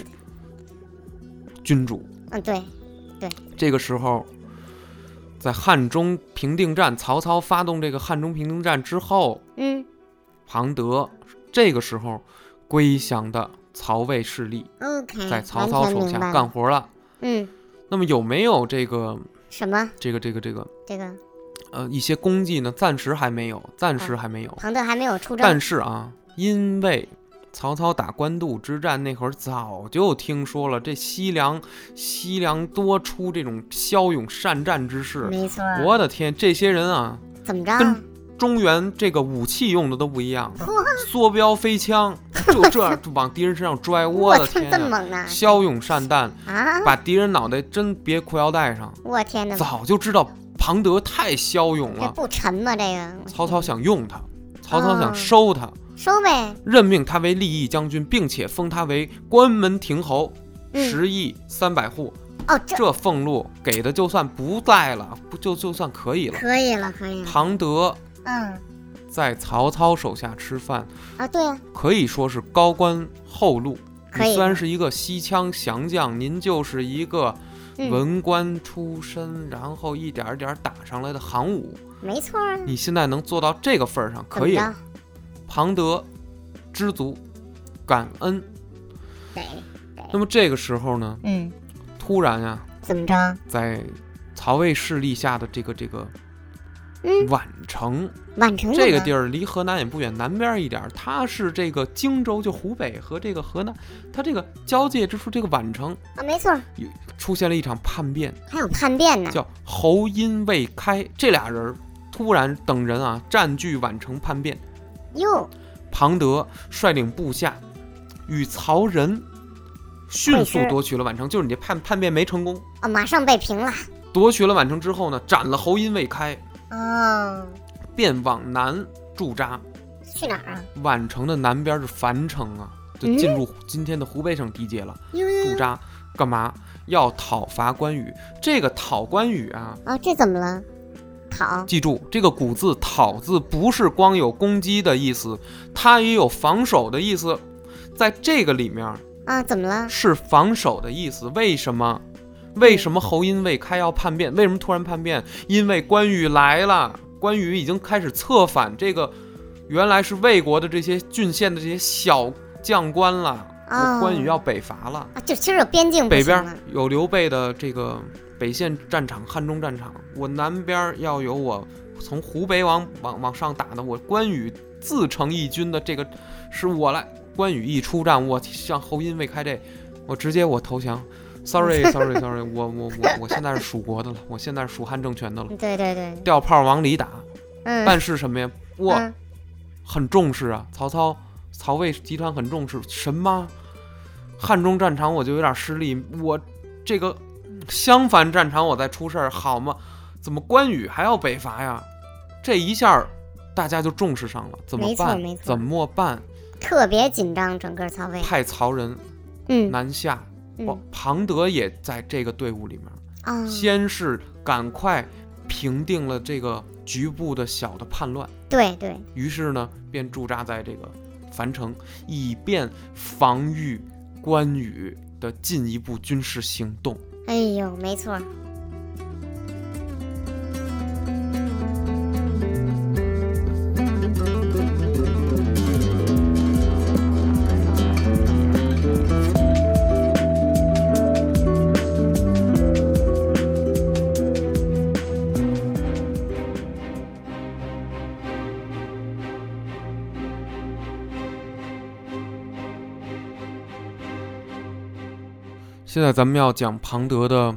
[SPEAKER 1] 君主。
[SPEAKER 2] 嗯，对，
[SPEAKER 1] 这个时候，在汉中平定战，曹操发动这个汉中平定战之后，
[SPEAKER 2] 嗯，
[SPEAKER 1] 庞德这个时候归降的曹魏势力，
[SPEAKER 2] OK，
[SPEAKER 1] 在曹
[SPEAKER 2] 完
[SPEAKER 1] 操
[SPEAKER 2] 全
[SPEAKER 1] 手
[SPEAKER 2] 嗯明白
[SPEAKER 1] 下
[SPEAKER 2] 了
[SPEAKER 1] 干活了。
[SPEAKER 2] 嗯，
[SPEAKER 1] 那么有没有这个
[SPEAKER 2] 什么
[SPEAKER 1] 这个这个这个
[SPEAKER 2] 这个
[SPEAKER 1] 呃一些功绩呢？暂时还没有，暂
[SPEAKER 2] 嗯
[SPEAKER 1] 时还没有。
[SPEAKER 2] 庞德还没有出征
[SPEAKER 1] 但是啊，因为曹操打官渡之战那会儿，早就听说了这西凉西凉多出这种骁勇善战之士。
[SPEAKER 2] 没错，
[SPEAKER 1] 我的天，这些人啊，
[SPEAKER 2] 怎么着啊？
[SPEAKER 1] 跟中原这个武器用的都不一 样
[SPEAKER 2] 嚯，
[SPEAKER 1] 梭镖、飞枪，就这样就往敌人身上拽。我
[SPEAKER 2] 我
[SPEAKER 1] 的
[SPEAKER 2] 操，
[SPEAKER 1] 天
[SPEAKER 2] 这么
[SPEAKER 1] 啊！
[SPEAKER 2] 猛呢？
[SPEAKER 1] 骁勇善战，
[SPEAKER 2] 啊！
[SPEAKER 1] 把敌人脑袋真别裤腰带上。
[SPEAKER 2] 我天哪，
[SPEAKER 1] 早就知道庞德太骁勇
[SPEAKER 2] 这
[SPEAKER 1] 了，
[SPEAKER 2] 不沉吗？这个我
[SPEAKER 1] 曹操想用他，曹操
[SPEAKER 2] 哦
[SPEAKER 1] 想收他。
[SPEAKER 2] 收呗，
[SPEAKER 1] 任命他为利益将军，并且封他为关门亭侯，
[SPEAKER 2] 嗯，
[SPEAKER 1] 十亿三百户。
[SPEAKER 2] 哦，这
[SPEAKER 1] 这俸禄给的就算不在了，不就就算可以了。
[SPEAKER 2] 可以了，可以了，
[SPEAKER 1] 庞德
[SPEAKER 2] 嗯，
[SPEAKER 1] 在曹操手下吃饭，
[SPEAKER 2] 啊，对啊，
[SPEAKER 1] 可以说是高官厚禄。
[SPEAKER 2] 可
[SPEAKER 1] 你
[SPEAKER 2] 以
[SPEAKER 1] 虽然是一个西羌降将，您就是一个
[SPEAKER 2] 嗯，
[SPEAKER 1] 文官出身，然后一点儿一点儿打上来的行伍。
[SPEAKER 2] 没错啊，
[SPEAKER 1] 你现在能做到这个份儿上，
[SPEAKER 2] 怎
[SPEAKER 1] 可
[SPEAKER 2] 么
[SPEAKER 1] 以
[SPEAKER 2] 着
[SPEAKER 1] 了。？庞德知足，感恩。
[SPEAKER 2] 得，
[SPEAKER 1] 那么这个时候呢，
[SPEAKER 2] 嗯，
[SPEAKER 1] 突然啊，
[SPEAKER 2] 怎么着？
[SPEAKER 1] 在曹魏势力下的这个这个
[SPEAKER 2] 嗯，
[SPEAKER 1] 宛城、
[SPEAKER 2] 宛城
[SPEAKER 1] 这个地
[SPEAKER 2] 儿，
[SPEAKER 1] 儿，离河南也不远，南边一点儿，它是这个荆州，就湖北和这个河南，它这个交界之处，这个宛城
[SPEAKER 2] 啊，没错，
[SPEAKER 1] 出现了一场叛变，
[SPEAKER 2] 还有叛变呢，
[SPEAKER 1] 叫侯殷魏开，这俩人突然等人啊占据宛城叛变，
[SPEAKER 2] 哟，
[SPEAKER 1] 庞德率领部下与曹仁迅速夺取了宛城，就是你这叛叛变没成功，
[SPEAKER 2] 啊，马上被平了，
[SPEAKER 1] 夺取了宛城之后呢，斩了侯殷魏开。
[SPEAKER 2] 哦，
[SPEAKER 1] 便往南驻扎。
[SPEAKER 2] 去哪儿啊？
[SPEAKER 1] 宛城的南边是樊城啊，就
[SPEAKER 2] 嗯
[SPEAKER 1] 进入今天的湖北省地界了。
[SPEAKER 2] 哟
[SPEAKER 1] 驻
[SPEAKER 2] 哟，
[SPEAKER 1] 扎干嘛？要讨伐关羽。这个讨关羽啊，
[SPEAKER 2] 啊，这怎么了？讨，
[SPEAKER 1] 记住这个古字“讨”字不是光有攻击的意思，它也有防守的意思。在这个里面
[SPEAKER 2] 啊，怎么了？
[SPEAKER 1] 是防守的意思。为什么？为什么侯殷未开要叛变？为什么突然叛变？因为关羽来了，关羽已经开始策反这个原来是魏国的这些郡县的这些小将官了。
[SPEAKER 2] 哦
[SPEAKER 1] 关羽要北伐了，
[SPEAKER 2] 啊，就其实有边境不
[SPEAKER 1] 北
[SPEAKER 2] 行
[SPEAKER 1] 边
[SPEAKER 2] 了，
[SPEAKER 1] 有刘备的这个北线战场、汉中战场，我南边要有我从湖北往往往上打的我关羽自成一军的这个是我来。关羽一出战，我像侯殷未开这，我直接我投降。Sorry Sorry Sorry，我我我我现在是蜀国的了，我现在是蜀汉政权的了，
[SPEAKER 2] 对对对，
[SPEAKER 1] 掉炮往里打。
[SPEAKER 2] 嗯，
[SPEAKER 1] 但是什么呀？我
[SPEAKER 2] 嗯
[SPEAKER 1] 很重视啊，曹操、曹魏集团很重视什么？汉中战场我就有点失利，我这个襄樊战场我再出事儿好吗？怎么关羽还要北伐呀？这一下儿大家就重视上了，怎么
[SPEAKER 2] 没错
[SPEAKER 1] 办
[SPEAKER 2] 没？错
[SPEAKER 1] 怎么办？
[SPEAKER 2] 特别紧张，整个曹魏，
[SPEAKER 1] 派曹仁
[SPEAKER 2] 嗯
[SPEAKER 1] 南下，
[SPEAKER 2] 嗯
[SPEAKER 1] 庞德也在这个队伍里面。
[SPEAKER 2] 啊，
[SPEAKER 1] 先是赶快平定了这个局部的小的叛乱。
[SPEAKER 2] 对对，
[SPEAKER 1] 于是呢，便驻扎在这个樊城，以便防御关羽的进一步军事行动。
[SPEAKER 2] 哎呦，没错儿，
[SPEAKER 1] 现在咱们要讲庞德的，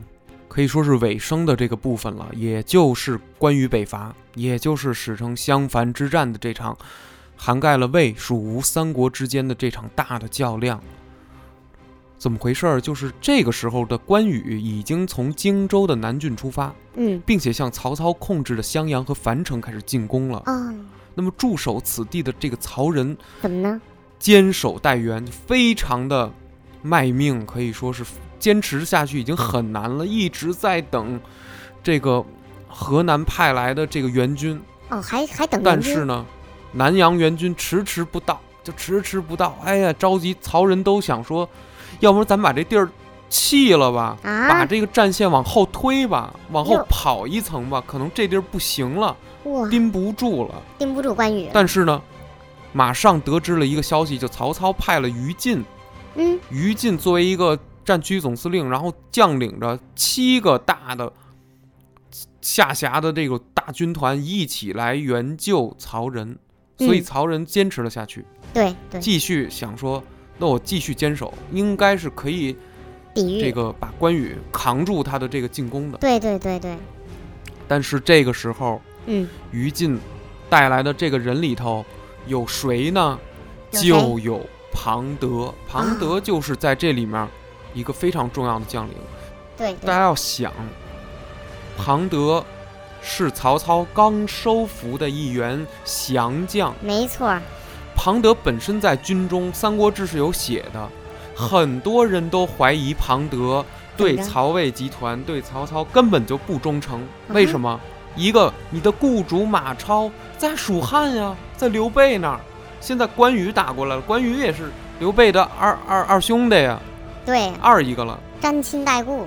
[SPEAKER 1] 可以说是尾声的这个部分了，也就是关于北伐，也就是史称襄樊之战的这场涵盖了魏、蜀、吴三国之间的这场大的较量。怎么回事儿？就是这个时候的关羽已经从荆州的南郡出发，
[SPEAKER 2] 嗯，
[SPEAKER 1] 并且向曹操控制的襄阳和樊城开始进攻了。
[SPEAKER 2] 哦，
[SPEAKER 1] 那么驻守此地的这个曹仁
[SPEAKER 2] 怎么呢？
[SPEAKER 1] 坚守待援，非常的卖命，可以说是坚持下去已经很难了，一直在等这个河南派来的这个援军。
[SPEAKER 2] 哦，还还等
[SPEAKER 1] 但
[SPEAKER 2] 援军
[SPEAKER 1] 是呢，南阳援军迟迟不到，就迟迟不到。哎呀，着急，曹仁都想说，要不然咱把这地儿弃了吧，把
[SPEAKER 2] 啊，
[SPEAKER 1] 这个战线往后推吧，往后
[SPEAKER 2] 哟啊
[SPEAKER 1] 跑一层吧，可能这地儿不行了，
[SPEAKER 2] 哇，
[SPEAKER 1] 盯不住了。
[SPEAKER 2] 盯不住关羽，
[SPEAKER 1] 但是呢，马上得知了一个消息，就曹操派了于禁，
[SPEAKER 2] 嗯，
[SPEAKER 1] 于禁作为一个战区总司令，然后将领着七个大的下辖的这个大军团一起来援救曹仁，所以
[SPEAKER 2] 嗯
[SPEAKER 1] 曹仁坚持了下去，
[SPEAKER 2] 对对，
[SPEAKER 1] 继续想说，那我继续坚守，应该是可以
[SPEAKER 2] 抵御，
[SPEAKER 1] 这个把关羽扛住他的这个进攻的。
[SPEAKER 2] 对对对对，
[SPEAKER 1] 但是这个时候，
[SPEAKER 2] 嗯，
[SPEAKER 1] 于禁带来的这个人里头有谁呢？
[SPEAKER 2] 有
[SPEAKER 1] 就
[SPEAKER 2] 谁啊
[SPEAKER 1] 有庞德，庞德就是在这里面一个非常重要的将领。
[SPEAKER 2] 对
[SPEAKER 1] 大
[SPEAKER 2] 对，
[SPEAKER 1] 家要想，庞德是曹操刚收服的一员降将。
[SPEAKER 2] 没错儿，
[SPEAKER 1] 庞德本身在军中，《三国志》是有写的，很多人都怀疑庞德对
[SPEAKER 2] 嗯怎么着
[SPEAKER 1] 曹魏集团、对曹操根本就不忠诚。为什么？一个你的雇主马超在蜀汉呀，在刘备那儿，现在关羽打过来了，关羽也是刘备的二二二兄弟呀，
[SPEAKER 2] 对，
[SPEAKER 1] 二一个了。
[SPEAKER 2] 沾亲带故，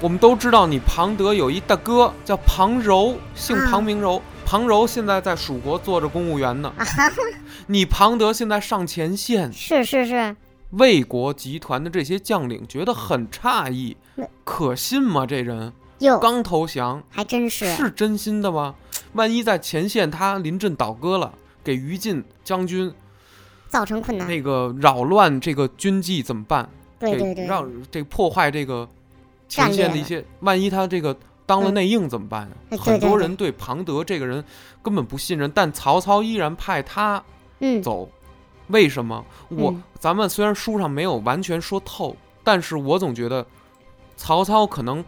[SPEAKER 1] 我们都知道，你庞德有一大哥叫庞柔，姓
[SPEAKER 2] 啊
[SPEAKER 1] 庞名柔。庞柔现在在蜀国做着公务员呢。
[SPEAKER 2] 啊哈哈，
[SPEAKER 1] 你庞德现在上前线，
[SPEAKER 2] 是是是，
[SPEAKER 1] 魏国集团的这些将领觉得很诧异
[SPEAKER 2] 那，
[SPEAKER 1] 可信吗？这人
[SPEAKER 2] 哟，
[SPEAKER 1] 刚投降，
[SPEAKER 2] 还真是，啊
[SPEAKER 1] 是真心的吗？万一在前线他临阵倒戈了，给于禁将军
[SPEAKER 2] 造成困难，
[SPEAKER 1] 那个扰乱这个军纪怎么办？
[SPEAKER 2] 啊对
[SPEAKER 1] 给
[SPEAKER 2] 对对，
[SPEAKER 1] 让这破坏这个前线的一些，万一他这个当了内应怎么办呀、
[SPEAKER 2] 嗯对
[SPEAKER 1] 很多
[SPEAKER 2] 对对
[SPEAKER 1] 人对庞德这个人根本不信任，但曹操依然派他
[SPEAKER 2] 嗯，
[SPEAKER 1] 走，为什么？我、
[SPEAKER 2] 嗯
[SPEAKER 1] 咱们虽然书上没有完全说透，但是我总觉得曹操可能。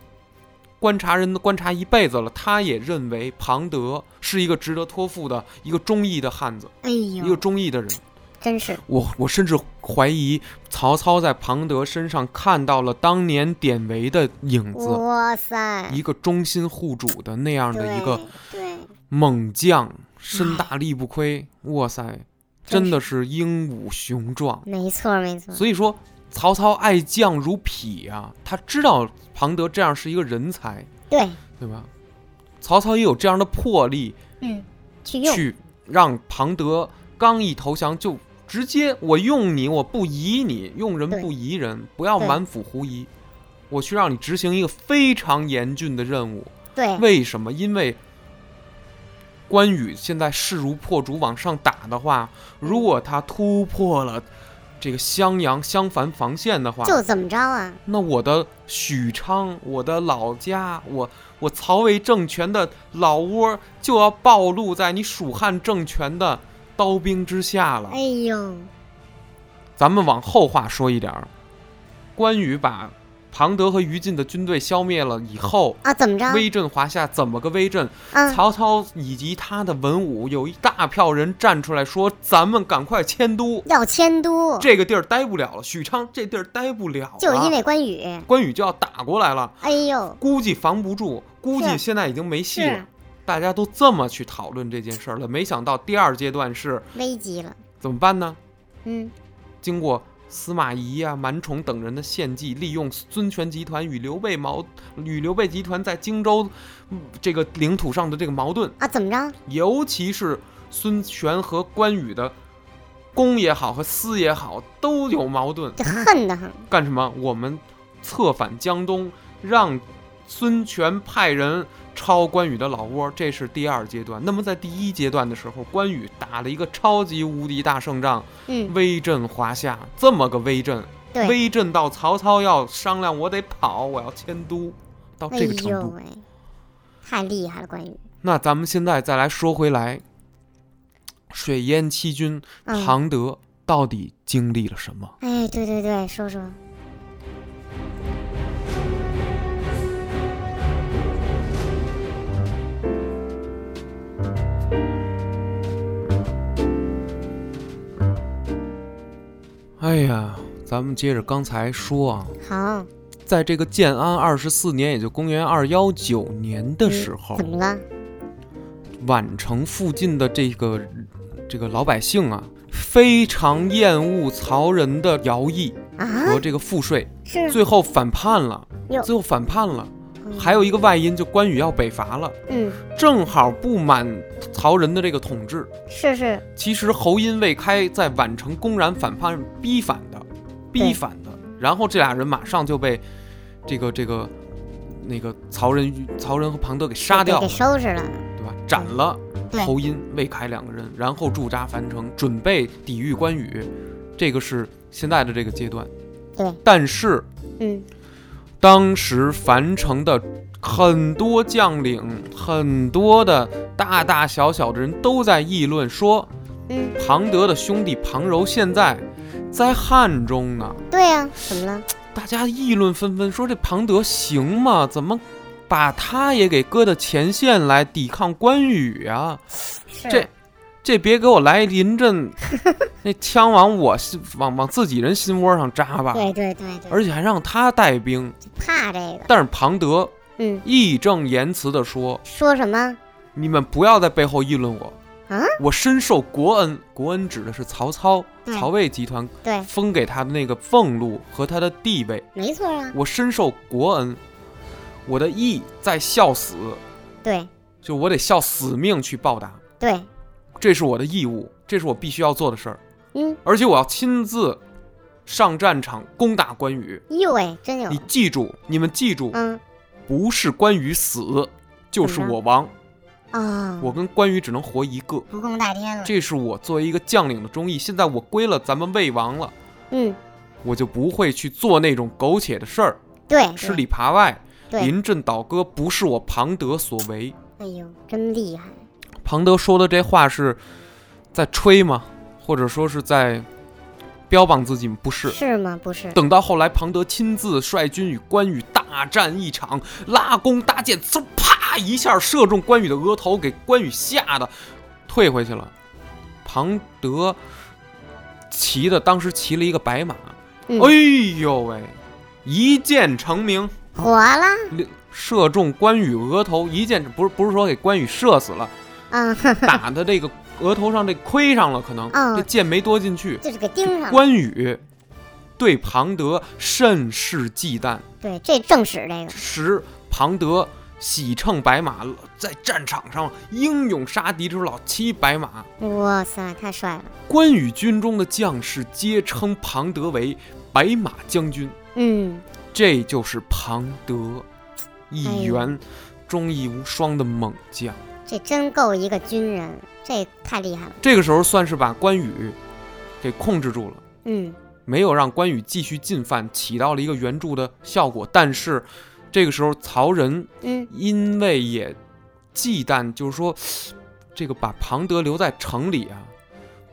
[SPEAKER 1] 观察人观察一辈子了，他也认为庞德是一个值得托付的、一个忠义的汉子，
[SPEAKER 2] 哎
[SPEAKER 1] 一个
[SPEAKER 2] 呦，
[SPEAKER 1] 忠义的人。
[SPEAKER 2] 真是，
[SPEAKER 1] 我我甚至怀疑曹操在庞德身上看到了当年典韦的影子，
[SPEAKER 2] 哇塞，
[SPEAKER 1] 一个忠心护主的那样的一个
[SPEAKER 2] 对啊对，
[SPEAKER 1] 猛将，身大力不亏。哇塞，真的是英武雄壮。
[SPEAKER 2] 没错儿没错儿，
[SPEAKER 1] 所以说，曹操爱将如匹啊，他知道庞德这样是一个人才，
[SPEAKER 2] 对，
[SPEAKER 1] 对吧？曹操也有这样的魄力，
[SPEAKER 2] 嗯，去用，
[SPEAKER 1] 去让庞德刚一投降就直接我用你，我不疑你，用人
[SPEAKER 2] 对
[SPEAKER 1] 不疑人，不要
[SPEAKER 2] 对
[SPEAKER 1] 满腹狐疑，我去让你执行一个非常严峻的任务。
[SPEAKER 2] 对，
[SPEAKER 1] 为什么？因为关羽现在势如破竹往上打的话，如
[SPEAKER 2] 嗯
[SPEAKER 1] 果他突破了这个襄阳襄樊防线的话，
[SPEAKER 2] 就怎么着啊？
[SPEAKER 1] 那我的许昌，我的老家，我我曹魏政权的老窝就要暴露在你蜀汉政权的刀兵之下了
[SPEAKER 2] 哎。呦，
[SPEAKER 1] 咱们往后话说一点儿，关羽把庞德和于禁的军队消灭了以后，
[SPEAKER 2] 啊，怎么着？
[SPEAKER 1] 威震华夏，怎么个威震？
[SPEAKER 2] 啊，
[SPEAKER 1] 曹操以及他的文武有一大票人站出来说：“咱们赶快迁都，
[SPEAKER 2] 要迁都，
[SPEAKER 1] 这啊个地儿待不了了，许昌这地儿待不了了，
[SPEAKER 2] 就是因为关羽，
[SPEAKER 1] 关羽就要打过来了。”
[SPEAKER 2] 哎呦，
[SPEAKER 1] 估计防不住，估计
[SPEAKER 2] 是啊
[SPEAKER 1] 现在已经没戏
[SPEAKER 2] 是
[SPEAKER 1] 了。大家都这么去讨论这件事儿了，没想到第二阶段是
[SPEAKER 2] 危急了，
[SPEAKER 1] 怎么办呢？
[SPEAKER 2] 嗯，
[SPEAKER 1] 经过司马懿啊、满宠等人的献计，利用孙权集团与刘备矛与刘备集团在荆州嗯这个领土上的这个矛盾，
[SPEAKER 2] 啊，怎么着？
[SPEAKER 1] 尤其是孙权和关羽的公也好和私也好都有矛盾，
[SPEAKER 2] 这恨得很，
[SPEAKER 1] 干什么？我们策反江东，让孙权派人抄关羽的老窝，这是第二阶段。那么在第一阶段的时候，关羽打了一个超级无敌大胜仗，
[SPEAKER 2] 嗯，
[SPEAKER 1] 威震华夏，这么个威震，
[SPEAKER 2] 对，
[SPEAKER 1] 威震到曹操要商量，我得跑，我要迁都，到
[SPEAKER 2] 哎
[SPEAKER 1] 这个程
[SPEAKER 2] 呦
[SPEAKER 1] 度。
[SPEAKER 2] 喂，太厉害了，关羽，
[SPEAKER 1] 那咱们现在再来说回来，水淹七军，
[SPEAKER 2] 嗯，
[SPEAKER 1] 庞德到底经历了什么？
[SPEAKER 2] 哎，对对对，说说，
[SPEAKER 1] 哎呀，咱们接着刚才说啊，
[SPEAKER 2] 好，
[SPEAKER 1] 在这个建安二十四年，也就公元二幺九年的时候
[SPEAKER 2] 嗯怎，么了？
[SPEAKER 1] 宛城附近的这个这个老百姓啊，非常厌恶曹仁的徭役
[SPEAKER 2] 啊，
[SPEAKER 1] 和这个赋税，
[SPEAKER 2] 是
[SPEAKER 1] 最后反叛了
[SPEAKER 2] 哟，
[SPEAKER 1] 最后反叛了。
[SPEAKER 2] 嗯
[SPEAKER 1] 还有一个外因，就关羽要北伐了，
[SPEAKER 2] 嗯，
[SPEAKER 1] 正好不满曹仁的这个统治。
[SPEAKER 2] 是是，
[SPEAKER 1] 其实侯音未开在宛城公然反叛，逼反的，逼反的。然后这俩人马上就被这个这个那个曹仁曹仁和庞德给杀
[SPEAKER 2] 给
[SPEAKER 1] 掉
[SPEAKER 2] 给
[SPEAKER 1] 了，
[SPEAKER 2] 收拾了，
[SPEAKER 1] 对吧？斩了
[SPEAKER 2] 对
[SPEAKER 1] 侯音、魏开两个人，然后驻扎樊城，准备抵御关羽。这个是现在的这个阶段。
[SPEAKER 2] 对，
[SPEAKER 1] 但是
[SPEAKER 2] 嗯，
[SPEAKER 1] 当时樊城的很多将领、很多的大大小小的人都在议论说，
[SPEAKER 2] 嗯，
[SPEAKER 1] 庞德的兄弟庞柔现在在汉中呢。
[SPEAKER 2] 对呀、怎么了？
[SPEAKER 1] 大家议论纷纷，说这庞德行吗？怎么把他也给搁到前线来抵抗关羽啊？
[SPEAKER 2] 是
[SPEAKER 1] 这这别给我来临 阵，那枪往我心往往自己人心窝上扎吧，
[SPEAKER 2] 对对对对，
[SPEAKER 1] 啊而且还让他带兵。
[SPEAKER 2] 就怕这个，
[SPEAKER 1] 但是庞德
[SPEAKER 2] 嗯，
[SPEAKER 1] 义正言辞地说
[SPEAKER 2] 说什么？：“
[SPEAKER 1] 你们不要在背后议论我，
[SPEAKER 2] 啊
[SPEAKER 1] 我深受国恩。国恩指的是曹操、
[SPEAKER 2] 对
[SPEAKER 1] 曹魏集团
[SPEAKER 2] 对，
[SPEAKER 1] 封给他的那个俸禄和他的地位，
[SPEAKER 2] 没错啊，
[SPEAKER 1] 我深受国恩。我的义在孝死，
[SPEAKER 2] 对
[SPEAKER 1] 就我得效死命去报答，
[SPEAKER 2] 对，
[SPEAKER 1] 这是我的义务，这是我必须要做的事儿。
[SPEAKER 2] 嗯，
[SPEAKER 1] 而且我要亲自上战场攻打关羽。
[SPEAKER 2] 哟喂，哎真有
[SPEAKER 1] 你，记住，你们记住，
[SPEAKER 2] 嗯
[SPEAKER 1] 不是关羽死，就是
[SPEAKER 2] 怎么着
[SPEAKER 1] 我亡。”
[SPEAKER 2] 哦，
[SPEAKER 1] 我跟关羽只能活一个，
[SPEAKER 2] 不共戴天了，
[SPEAKER 1] 这是我作为一个将领的忠义。现在我归了咱们魏王了，
[SPEAKER 2] 嗯，
[SPEAKER 1] 我就不会去做那种苟且的事儿，
[SPEAKER 2] 对，对
[SPEAKER 1] 吃里扒外、
[SPEAKER 2] 对，
[SPEAKER 1] 临阵倒戈，不是我庞德所为。
[SPEAKER 2] 哎呦，真厉害，
[SPEAKER 1] 庞德说的这话是在吹吗？或者说是在标榜自己吗？不是。啊
[SPEAKER 2] 是吗？不是，
[SPEAKER 1] 等到后来，庞德亲自率军与关羽大战一场，拉弓搭箭，嗖啪一下射中关羽的额头，给关羽吓得退回去了。庞德骑的当时骑了一个白马，
[SPEAKER 2] 嗯
[SPEAKER 1] 哎呦喂，一箭成名，
[SPEAKER 2] 火了，
[SPEAKER 1] 射中关羽额头，一箭不是不是说给关羽射死 了，
[SPEAKER 2] 嗯，哼
[SPEAKER 1] 打的这个额头上这盔上了，可能
[SPEAKER 2] 嗯
[SPEAKER 1] 这箭没多进去。
[SPEAKER 2] 就是给盯上了，
[SPEAKER 1] 关羽对庞德甚是忌惮。
[SPEAKER 2] 对，这正使这个，
[SPEAKER 1] 时庞德喜乘白马，在战场上英勇杀敌之老骑白马。
[SPEAKER 2] 哇塞，太帅了，
[SPEAKER 1] 关羽军中的将士皆称庞德为白马将军，
[SPEAKER 2] 嗯，
[SPEAKER 1] 这就是庞德，
[SPEAKER 2] 哎
[SPEAKER 1] 一
[SPEAKER 2] 呦
[SPEAKER 1] 员忠义无双的猛将。
[SPEAKER 2] 这真够一个军人，这太厉害了，
[SPEAKER 1] 这个时候算是把关羽给控制住了。
[SPEAKER 2] 嗯，
[SPEAKER 1] 没有让关羽继续进犯，起到了一个援助的效果。但是，这个时候曹仁
[SPEAKER 2] 嗯，
[SPEAKER 1] 因为也忌惮，就是说，这个把庞德留在城里啊，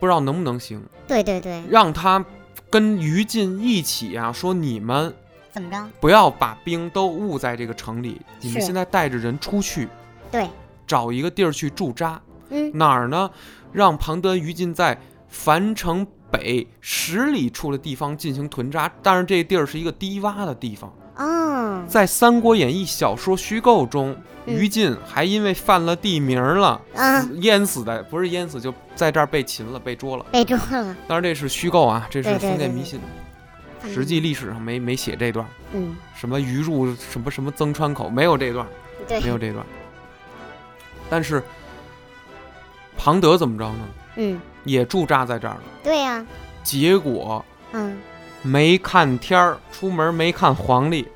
[SPEAKER 1] 不知道能不能行，
[SPEAKER 2] 对对对，
[SPEAKER 1] 让他跟于禁一起啊，说你们
[SPEAKER 2] 怎么着？
[SPEAKER 1] 不要把兵都捂在这个城里，你们
[SPEAKER 2] 是
[SPEAKER 1] 现在带着人出去
[SPEAKER 2] 对，
[SPEAKER 1] 找一个地儿去驻扎，
[SPEAKER 2] 嗯，
[SPEAKER 1] 哪儿呢？让庞德、于禁在樊城北十里处的地方进行屯扎，但是这地儿是一个低洼的地方。
[SPEAKER 2] 哦，
[SPEAKER 1] 在《三国演义》小说虚构中，
[SPEAKER 2] 嗯
[SPEAKER 1] 于禁还因为犯了地名了，
[SPEAKER 2] 啊，
[SPEAKER 1] 淹死的不是淹死，就在这儿被擒了，被捉了。
[SPEAKER 2] 被捉了，
[SPEAKER 1] 当然这是虚构啊，这是
[SPEAKER 2] 对对
[SPEAKER 1] 封建
[SPEAKER 2] 对
[SPEAKER 1] 迷
[SPEAKER 2] 对
[SPEAKER 1] 信，实际历史上没没写这段，
[SPEAKER 2] 嗯，
[SPEAKER 1] 什么鱼入什么什么曾川口没有这段，
[SPEAKER 2] 嗯，对
[SPEAKER 1] 没，有这段。但是庞德怎么着呢？
[SPEAKER 2] 嗯，
[SPEAKER 1] 也驻扎在这儿了。
[SPEAKER 2] 对呀，
[SPEAKER 1] 结果
[SPEAKER 2] 嗯，
[SPEAKER 1] 没看天儿，出门没看黄 历。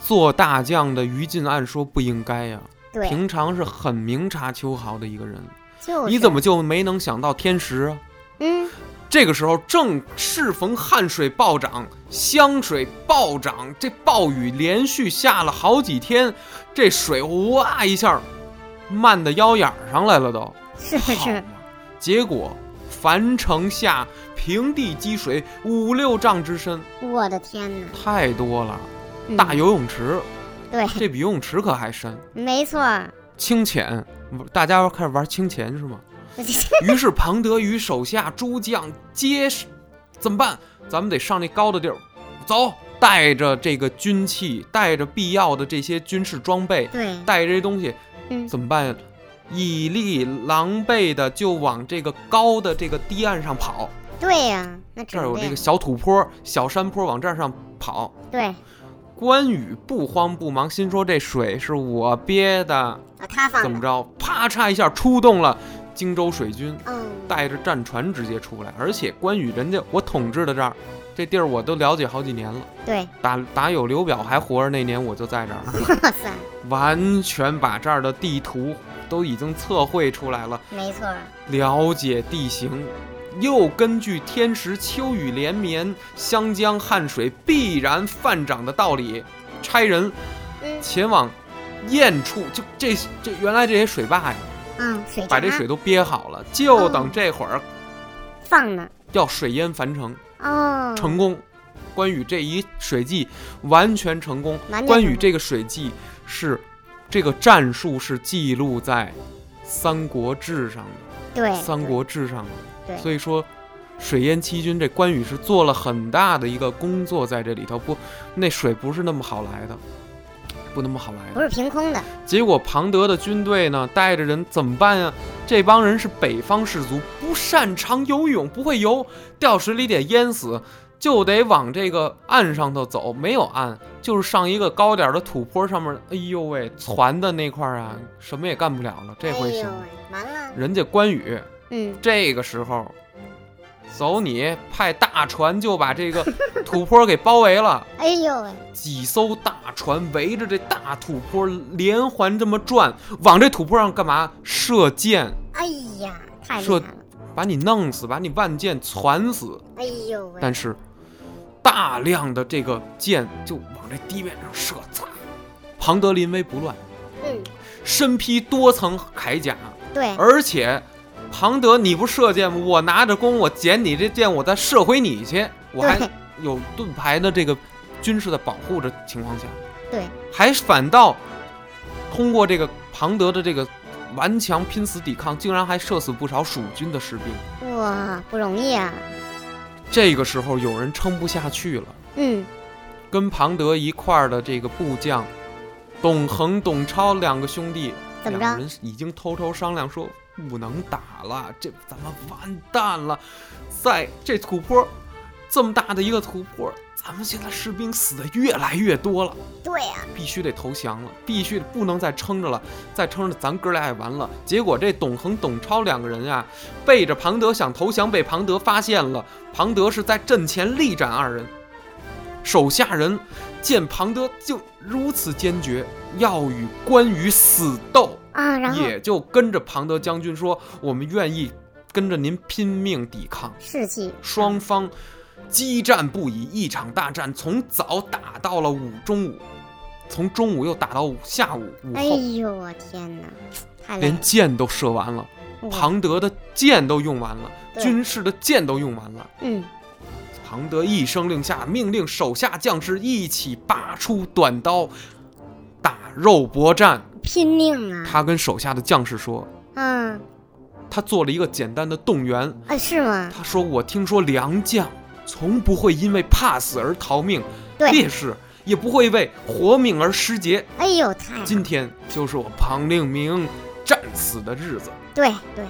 [SPEAKER 1] 做大将的于禁按说不应该呀、
[SPEAKER 2] 对，
[SPEAKER 1] 平常是很明察秋毫的一个人，
[SPEAKER 2] 哦就是，啊
[SPEAKER 1] 你怎么，就没能想到天时啊？
[SPEAKER 2] 嗯，
[SPEAKER 1] 这个时候正适逢汉水暴涨，湘水暴涨，这暴雨连续下了好几天，这水哇一下漫到腰眼儿上来了都。
[SPEAKER 2] 是是
[SPEAKER 1] 好
[SPEAKER 2] 是
[SPEAKER 1] 嘛，结果樊城下平地积水五六丈之深，
[SPEAKER 2] 我的天哪！
[SPEAKER 1] 太多了。
[SPEAKER 2] 嗯
[SPEAKER 1] 大游泳池，
[SPEAKER 2] 对，
[SPEAKER 1] 这比游泳池可还深。
[SPEAKER 2] 没错儿，
[SPEAKER 1] 清潜，大家开始玩清潜 是吗？于是庞德与手下诸将皆是，怎么办？咱们得上那高的地儿，走，带着这个军器，带着必要的这些军事装备，
[SPEAKER 2] 对，
[SPEAKER 1] 带着这些东西，
[SPEAKER 2] 嗯
[SPEAKER 1] 怎么办呀？以力狼狈的就往这个高的这个堤岸上跑，
[SPEAKER 2] 对呀、那只
[SPEAKER 1] 这儿
[SPEAKER 2] 能
[SPEAKER 1] 有
[SPEAKER 2] 这
[SPEAKER 1] 这个
[SPEAKER 2] 样。
[SPEAKER 1] 小土坡、小山坡，往这儿上跑。
[SPEAKER 2] 对，
[SPEAKER 1] 关羽不慌不忙，心说这水是我憋的，
[SPEAKER 2] 啊，他放
[SPEAKER 1] 怎么
[SPEAKER 2] 的。
[SPEAKER 1] 着？啪嚓一下出动了荆州水军，
[SPEAKER 2] 嗯，
[SPEAKER 1] 带着战船直接出来。而且关羽人家我统治的这儿，这地儿我都了解好几年了。
[SPEAKER 2] 对，
[SPEAKER 1] 打打有刘表还活着那年，我就在这儿，
[SPEAKER 2] 哇塞，
[SPEAKER 1] 完全把这儿的地图都已经测绘出来了，
[SPEAKER 2] 没错儿，
[SPEAKER 1] 了解地形。又根据天时秋雨连绵，湘江汉水必然泛涨的道理，差人
[SPEAKER 2] 嗯
[SPEAKER 1] 前往堰处，就这这原来这些水坝呀，
[SPEAKER 2] 嗯，水
[SPEAKER 1] 把
[SPEAKER 2] 闸
[SPEAKER 1] 这水都憋好了，就等这会儿
[SPEAKER 2] 放呢。
[SPEAKER 1] 要水淹樊城，
[SPEAKER 2] 哦，
[SPEAKER 1] 成功。关羽这一水计完全成功。
[SPEAKER 2] 完全
[SPEAKER 1] 关
[SPEAKER 2] 成
[SPEAKER 1] 羽
[SPEAKER 2] 功
[SPEAKER 1] 这个水计是这个战术是记录在《三国志》上的，
[SPEAKER 2] 对，
[SPEAKER 1] 《三国志》上
[SPEAKER 2] 对
[SPEAKER 1] 的。所以说，水淹七军这关羽是做了很大的一个工作在这里头，不，那水不是那么好来的，不那么好来的
[SPEAKER 2] 不。是凭空的，
[SPEAKER 1] 结果庞德的军队呢，带着人怎么办呀？这帮人是北方士卒，不擅长游泳，不会游，掉水里得淹死，就得往这个岸上头走。没有岸，就是上一个高点的土坡上面。哎呦喂，船的那块儿啊，什么也干不了了。这回
[SPEAKER 2] 哎
[SPEAKER 1] 行
[SPEAKER 2] 呦
[SPEAKER 1] 了，
[SPEAKER 2] 喂，完了，
[SPEAKER 1] 人家关羽
[SPEAKER 2] 嗯，
[SPEAKER 1] 这个时候，走你派大船就把这个土坡给包围了。
[SPEAKER 2] 哎呦喂，
[SPEAKER 1] 几艘大船围着这大土坡连环这么转，往这土坡上干嘛？射箭，
[SPEAKER 2] 哎呀，太厉
[SPEAKER 1] 说
[SPEAKER 2] 害了，
[SPEAKER 1] 把你弄死，把你万箭攒死。
[SPEAKER 2] 哎呦喂，
[SPEAKER 1] 但是，大量的这个箭就往这地面上射，擦！庞德临危不乱，
[SPEAKER 2] 嗯，
[SPEAKER 1] 身披多层铠甲，
[SPEAKER 2] 对，
[SPEAKER 1] 而且，庞德你不射箭吗？我拿着弓，我捡你这箭，我再射回你去，我还
[SPEAKER 2] 对
[SPEAKER 1] 有盾牌的这个军事的保护的情况下，
[SPEAKER 2] 对，
[SPEAKER 1] 还反倒通过这个庞德的这个顽强拼死抵抗，竟然还射死不少蜀军的士兵。
[SPEAKER 2] 哇，不容易啊，
[SPEAKER 1] 这个时候有人撑不下去了，
[SPEAKER 2] 嗯，
[SPEAKER 1] 跟庞德一块儿的这个部将董恒、董超两个兄弟，
[SPEAKER 2] 怎么
[SPEAKER 1] 两
[SPEAKER 2] 着？
[SPEAKER 1] 人已经偷偷商量说不能打了，这咱们完蛋了，在这土坡这么大的一个土坡，咱们现在士兵死的越来越多了。
[SPEAKER 2] 对啊呀，
[SPEAKER 1] 必须得投降了，必须不能再撑着了，再撑着咱哥俩也完了。结果这董恒、董超两个人啊，背着庞德想投降，被庞德发现了。庞德是在阵前力斩二人，手下人见庞德竟如此坚决，要与关羽死斗，
[SPEAKER 2] 啊，然后
[SPEAKER 1] 也就跟着庞德将军说：“我们愿意跟着您拼命抵抗。”
[SPEAKER 2] 士气，
[SPEAKER 1] 双方激战不已，一场大战从早打到了午中午，从中午又打到午下午午
[SPEAKER 2] 哎
[SPEAKER 1] 后，
[SPEAKER 2] 呦我天哪，太累
[SPEAKER 1] 连
[SPEAKER 2] 了，
[SPEAKER 1] 箭都射完了，
[SPEAKER 2] 哇
[SPEAKER 1] 庞德的箭都用完了，
[SPEAKER 2] 对
[SPEAKER 1] 军士的箭都用完了。
[SPEAKER 2] 嗯，
[SPEAKER 1] 庞德一声令下，命令手下将士一起拔出短刀，打肉搏战。
[SPEAKER 2] 拼命啊，
[SPEAKER 1] 他跟手下的将士说，
[SPEAKER 2] 嗯，
[SPEAKER 1] 他做了一个简单的动员，
[SPEAKER 2] 啊是吗？
[SPEAKER 1] 他说：“我听说良将从不会因为怕死而逃命，
[SPEAKER 2] 对
[SPEAKER 1] 烈士也不会为活命而失节。
[SPEAKER 2] 哎呦太好，
[SPEAKER 1] 今天就是我庞令明战死的日子。
[SPEAKER 2] 对对，”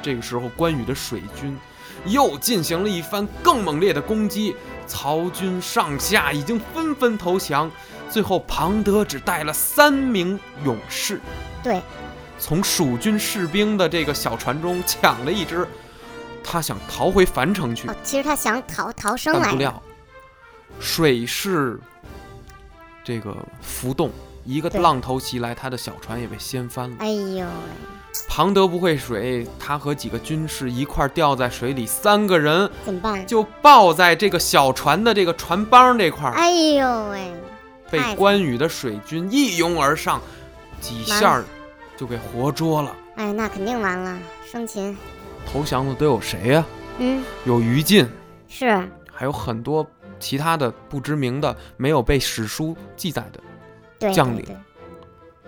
[SPEAKER 1] 这个时候，关羽的水军又进行了一番更猛烈的攻击，曹军上下已经纷纷投降。最后，庞德只带了三名勇士，
[SPEAKER 2] 对，
[SPEAKER 1] 从蜀军士兵的这个小船中抢了一只，他想逃回樊城去
[SPEAKER 2] 哦。，其实他想逃逃生
[SPEAKER 1] 但
[SPEAKER 2] 来
[SPEAKER 1] 不
[SPEAKER 2] 着，
[SPEAKER 1] 料水势这个浮动，一个
[SPEAKER 2] 对
[SPEAKER 1] 浪头袭来，他的小船也被掀翻了。
[SPEAKER 2] 哎呦喂，
[SPEAKER 1] 庞德不会水，他和几个军士一块儿掉在水里，三个人
[SPEAKER 2] 怎么办？
[SPEAKER 1] 就抱在这个小船的这个船帮这块儿，
[SPEAKER 2] 哎呦喂，
[SPEAKER 1] 被
[SPEAKER 2] 太
[SPEAKER 1] 关羽的水军一拥而上，几下儿就给活捉了。
[SPEAKER 2] 哎，那肯定完了，生擒，
[SPEAKER 1] 投降的都有谁呀、
[SPEAKER 2] 嗯，
[SPEAKER 1] 有于禁，
[SPEAKER 2] 是
[SPEAKER 1] 还有很多其他的不知名的、没有被史书记载的，
[SPEAKER 2] 对
[SPEAKER 1] 将
[SPEAKER 2] 对
[SPEAKER 1] 领
[SPEAKER 2] 对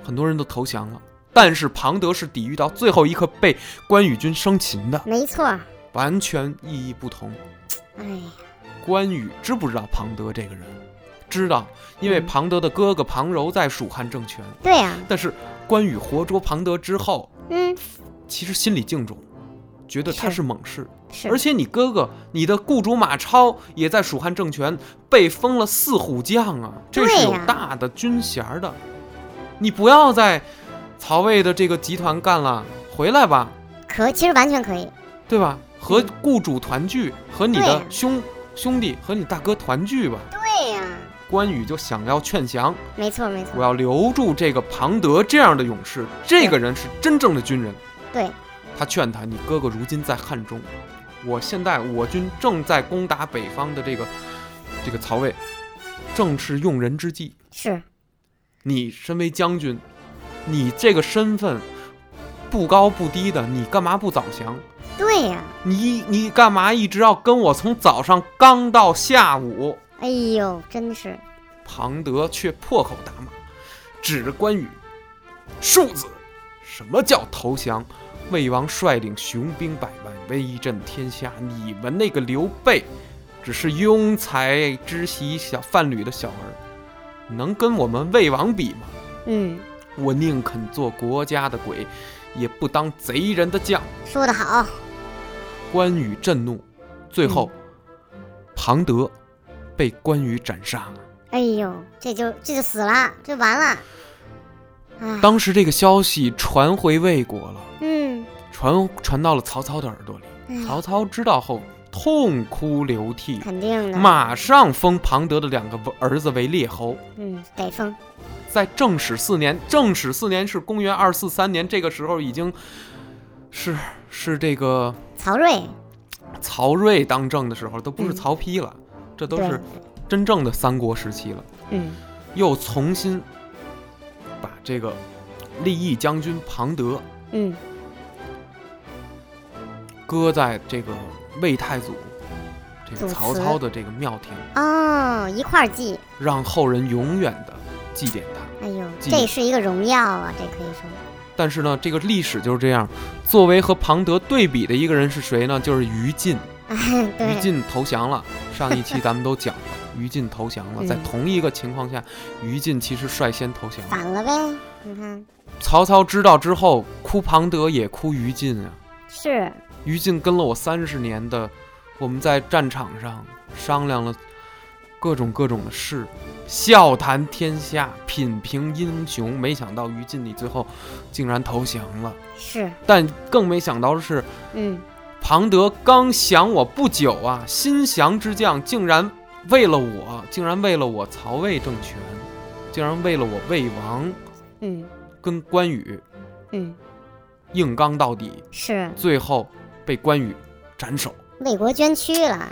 [SPEAKER 1] 很多人都投降了。但是庞德是抵御到最后一刻被关羽军生擒的，
[SPEAKER 2] 没错儿。
[SPEAKER 1] 完全意义不同。
[SPEAKER 2] 哎呀，
[SPEAKER 1] 关羽知不知道庞德这个人？知道，因为
[SPEAKER 2] 嗯
[SPEAKER 1] 庞德的哥哥庞柔在蜀汉政权。
[SPEAKER 2] 对呀、
[SPEAKER 1] 但是关羽活捉庞德之后，
[SPEAKER 2] 嗯，
[SPEAKER 1] 其实心里敬重，觉得他
[SPEAKER 2] 是
[SPEAKER 1] 是猛士。
[SPEAKER 2] 是，
[SPEAKER 1] 而且你哥哥，你的雇主马超也在蜀汉政权被封了四虎将啊，这是有
[SPEAKER 2] 对呀
[SPEAKER 1] 大的军衔儿的。你不要在曹魏的这个集团干了，回来吧，
[SPEAKER 2] 可其实完全可以。
[SPEAKER 1] 对吧？和
[SPEAKER 2] 嗯
[SPEAKER 1] 雇主团聚，和你
[SPEAKER 2] 对
[SPEAKER 1] 的
[SPEAKER 2] 呀
[SPEAKER 1] 兄兄弟和你大哥团聚吧。
[SPEAKER 2] 对呀、
[SPEAKER 1] 关羽就想要劝降，
[SPEAKER 2] 没错没错
[SPEAKER 1] 我。要留住这个庞德这样的勇士，这个人是真正的军人。
[SPEAKER 2] 对，
[SPEAKER 1] 他劝他，你哥哥如今在汉中，我现在我军正在攻打北方的这个这个曹魏，正是用人之际。
[SPEAKER 2] 是
[SPEAKER 1] 你身为将军，你这个身份不高不低的，你干嘛不早降？
[SPEAKER 2] 对呀、
[SPEAKER 1] 你你干嘛一直要跟我从早上刚到下午？
[SPEAKER 2] 哎呦，真是
[SPEAKER 1] 庞德却破口大骂，指着关羽：“庶子，什么叫投降？魏王率领雄兵百万，威震天下，你们那个刘备，只是庸才之习小贩侣的小儿，能跟我们魏王比吗？
[SPEAKER 2] 嗯，
[SPEAKER 1] 我宁肯做国家的鬼，也不当贼人的将。”
[SPEAKER 2] 说得好，
[SPEAKER 1] 关羽震怒，最后，庞德被关羽斩杀了。
[SPEAKER 2] 哎呦，这就这就死了，这完了。哎，
[SPEAKER 1] 当时这个消息传回魏国了。
[SPEAKER 2] 嗯，
[SPEAKER 1] 传传到了曹操的耳朵里。
[SPEAKER 2] 哎呀
[SPEAKER 1] 曹操知道后痛哭流涕，
[SPEAKER 2] 肯定的，
[SPEAKER 1] 马上封庞德的两个儿子为列侯。
[SPEAKER 2] 嗯，得封，
[SPEAKER 1] 在正始四年，正始四年是公元二四三年，这个时候已经是是这个
[SPEAKER 2] 曹睿，
[SPEAKER 1] 曹睿当政的时候，都不是
[SPEAKER 2] 嗯
[SPEAKER 1] 曹丕了，这都
[SPEAKER 2] 对
[SPEAKER 1] 是，真正的三国时期了。
[SPEAKER 2] 嗯，
[SPEAKER 1] 又重新把这个立义将军庞德
[SPEAKER 2] 嗯，
[SPEAKER 1] 搁在这个魏太祖这
[SPEAKER 2] 祖
[SPEAKER 1] 个
[SPEAKER 2] 祠
[SPEAKER 1] 曹操的这个庙庭。
[SPEAKER 2] 哦，一块儿祭，
[SPEAKER 1] 让后人永远的祭奠他。
[SPEAKER 2] 哎呦，
[SPEAKER 1] 祭
[SPEAKER 2] 这是一个荣耀啊，这可以说，
[SPEAKER 1] 但是呢，这个历史就是这样。作为和庞德对比的一个人是谁呢？就是于禁。
[SPEAKER 2] 哎，
[SPEAKER 1] 于
[SPEAKER 2] 对，
[SPEAKER 1] 禁投降了。上一期咱们都讲了，于禁投降了。
[SPEAKER 2] 嗯
[SPEAKER 1] 在同一个情况下，于禁其实率先投降了。
[SPEAKER 2] 反了呗，你看，
[SPEAKER 1] 曹操知道之后，哭庞德也哭于禁啊。
[SPEAKER 2] 是，
[SPEAKER 1] 于禁跟了我三十年的，我们在战场上商量了各种各种的事，笑谈天下，品评英雄。没想到于禁你最后竟然投降了，
[SPEAKER 2] 是，
[SPEAKER 1] 但更没想到的是，
[SPEAKER 2] 嗯，
[SPEAKER 1] 庞德刚降我不久啊，新降之将竟然为了我，竟然为了我曹魏政权，竟然为了我魏王
[SPEAKER 2] 嗯，
[SPEAKER 1] 跟关羽
[SPEAKER 2] 嗯，
[SPEAKER 1] 硬刚到底，
[SPEAKER 2] 是
[SPEAKER 1] 最后被关羽斩首。
[SPEAKER 2] 为国捐躯了，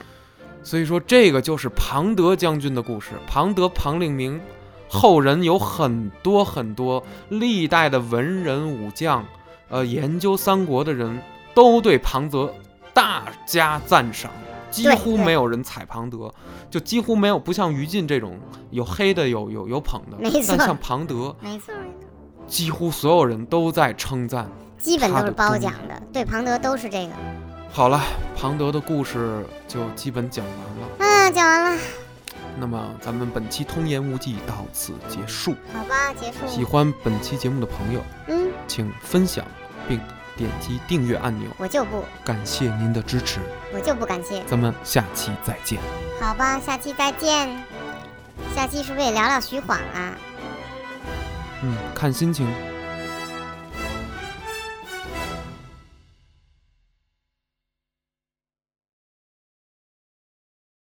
[SPEAKER 1] 所以说，这个就是庞德将军的故事。庞德、庞令明，后人有很多很多历代的文人武将，呃，研究三国的人都对庞德大加赞赏，几
[SPEAKER 2] 对
[SPEAKER 1] 乎
[SPEAKER 2] 对
[SPEAKER 1] 没有人踩庞德，就几乎没有不像于禁这种有黑的有有有捧的
[SPEAKER 2] 没，错
[SPEAKER 1] 但像庞德，
[SPEAKER 2] 没错，没错
[SPEAKER 1] 几乎所有人都在称赞。
[SPEAKER 2] 基本都
[SPEAKER 1] 他
[SPEAKER 2] 是
[SPEAKER 1] 的
[SPEAKER 2] 褒
[SPEAKER 1] 功
[SPEAKER 2] 奖的，对庞德都是这个，
[SPEAKER 1] 好了，庞德的故事就基本讲完了。
[SPEAKER 2] 啊，讲完了，
[SPEAKER 1] 那么咱们本期通言无忌到此结束。
[SPEAKER 2] 好吧，结束，
[SPEAKER 1] 喜欢本期节目的朋友，
[SPEAKER 2] 嗯，
[SPEAKER 1] 请分享并点击订阅按钮，
[SPEAKER 2] 我就不，
[SPEAKER 1] 感谢您的支持，
[SPEAKER 2] 我就不感谢。
[SPEAKER 1] 咱们下期再见。
[SPEAKER 2] 好吧，下期再见。下期是不是也聊聊徐晃啊？
[SPEAKER 1] 嗯，看心情，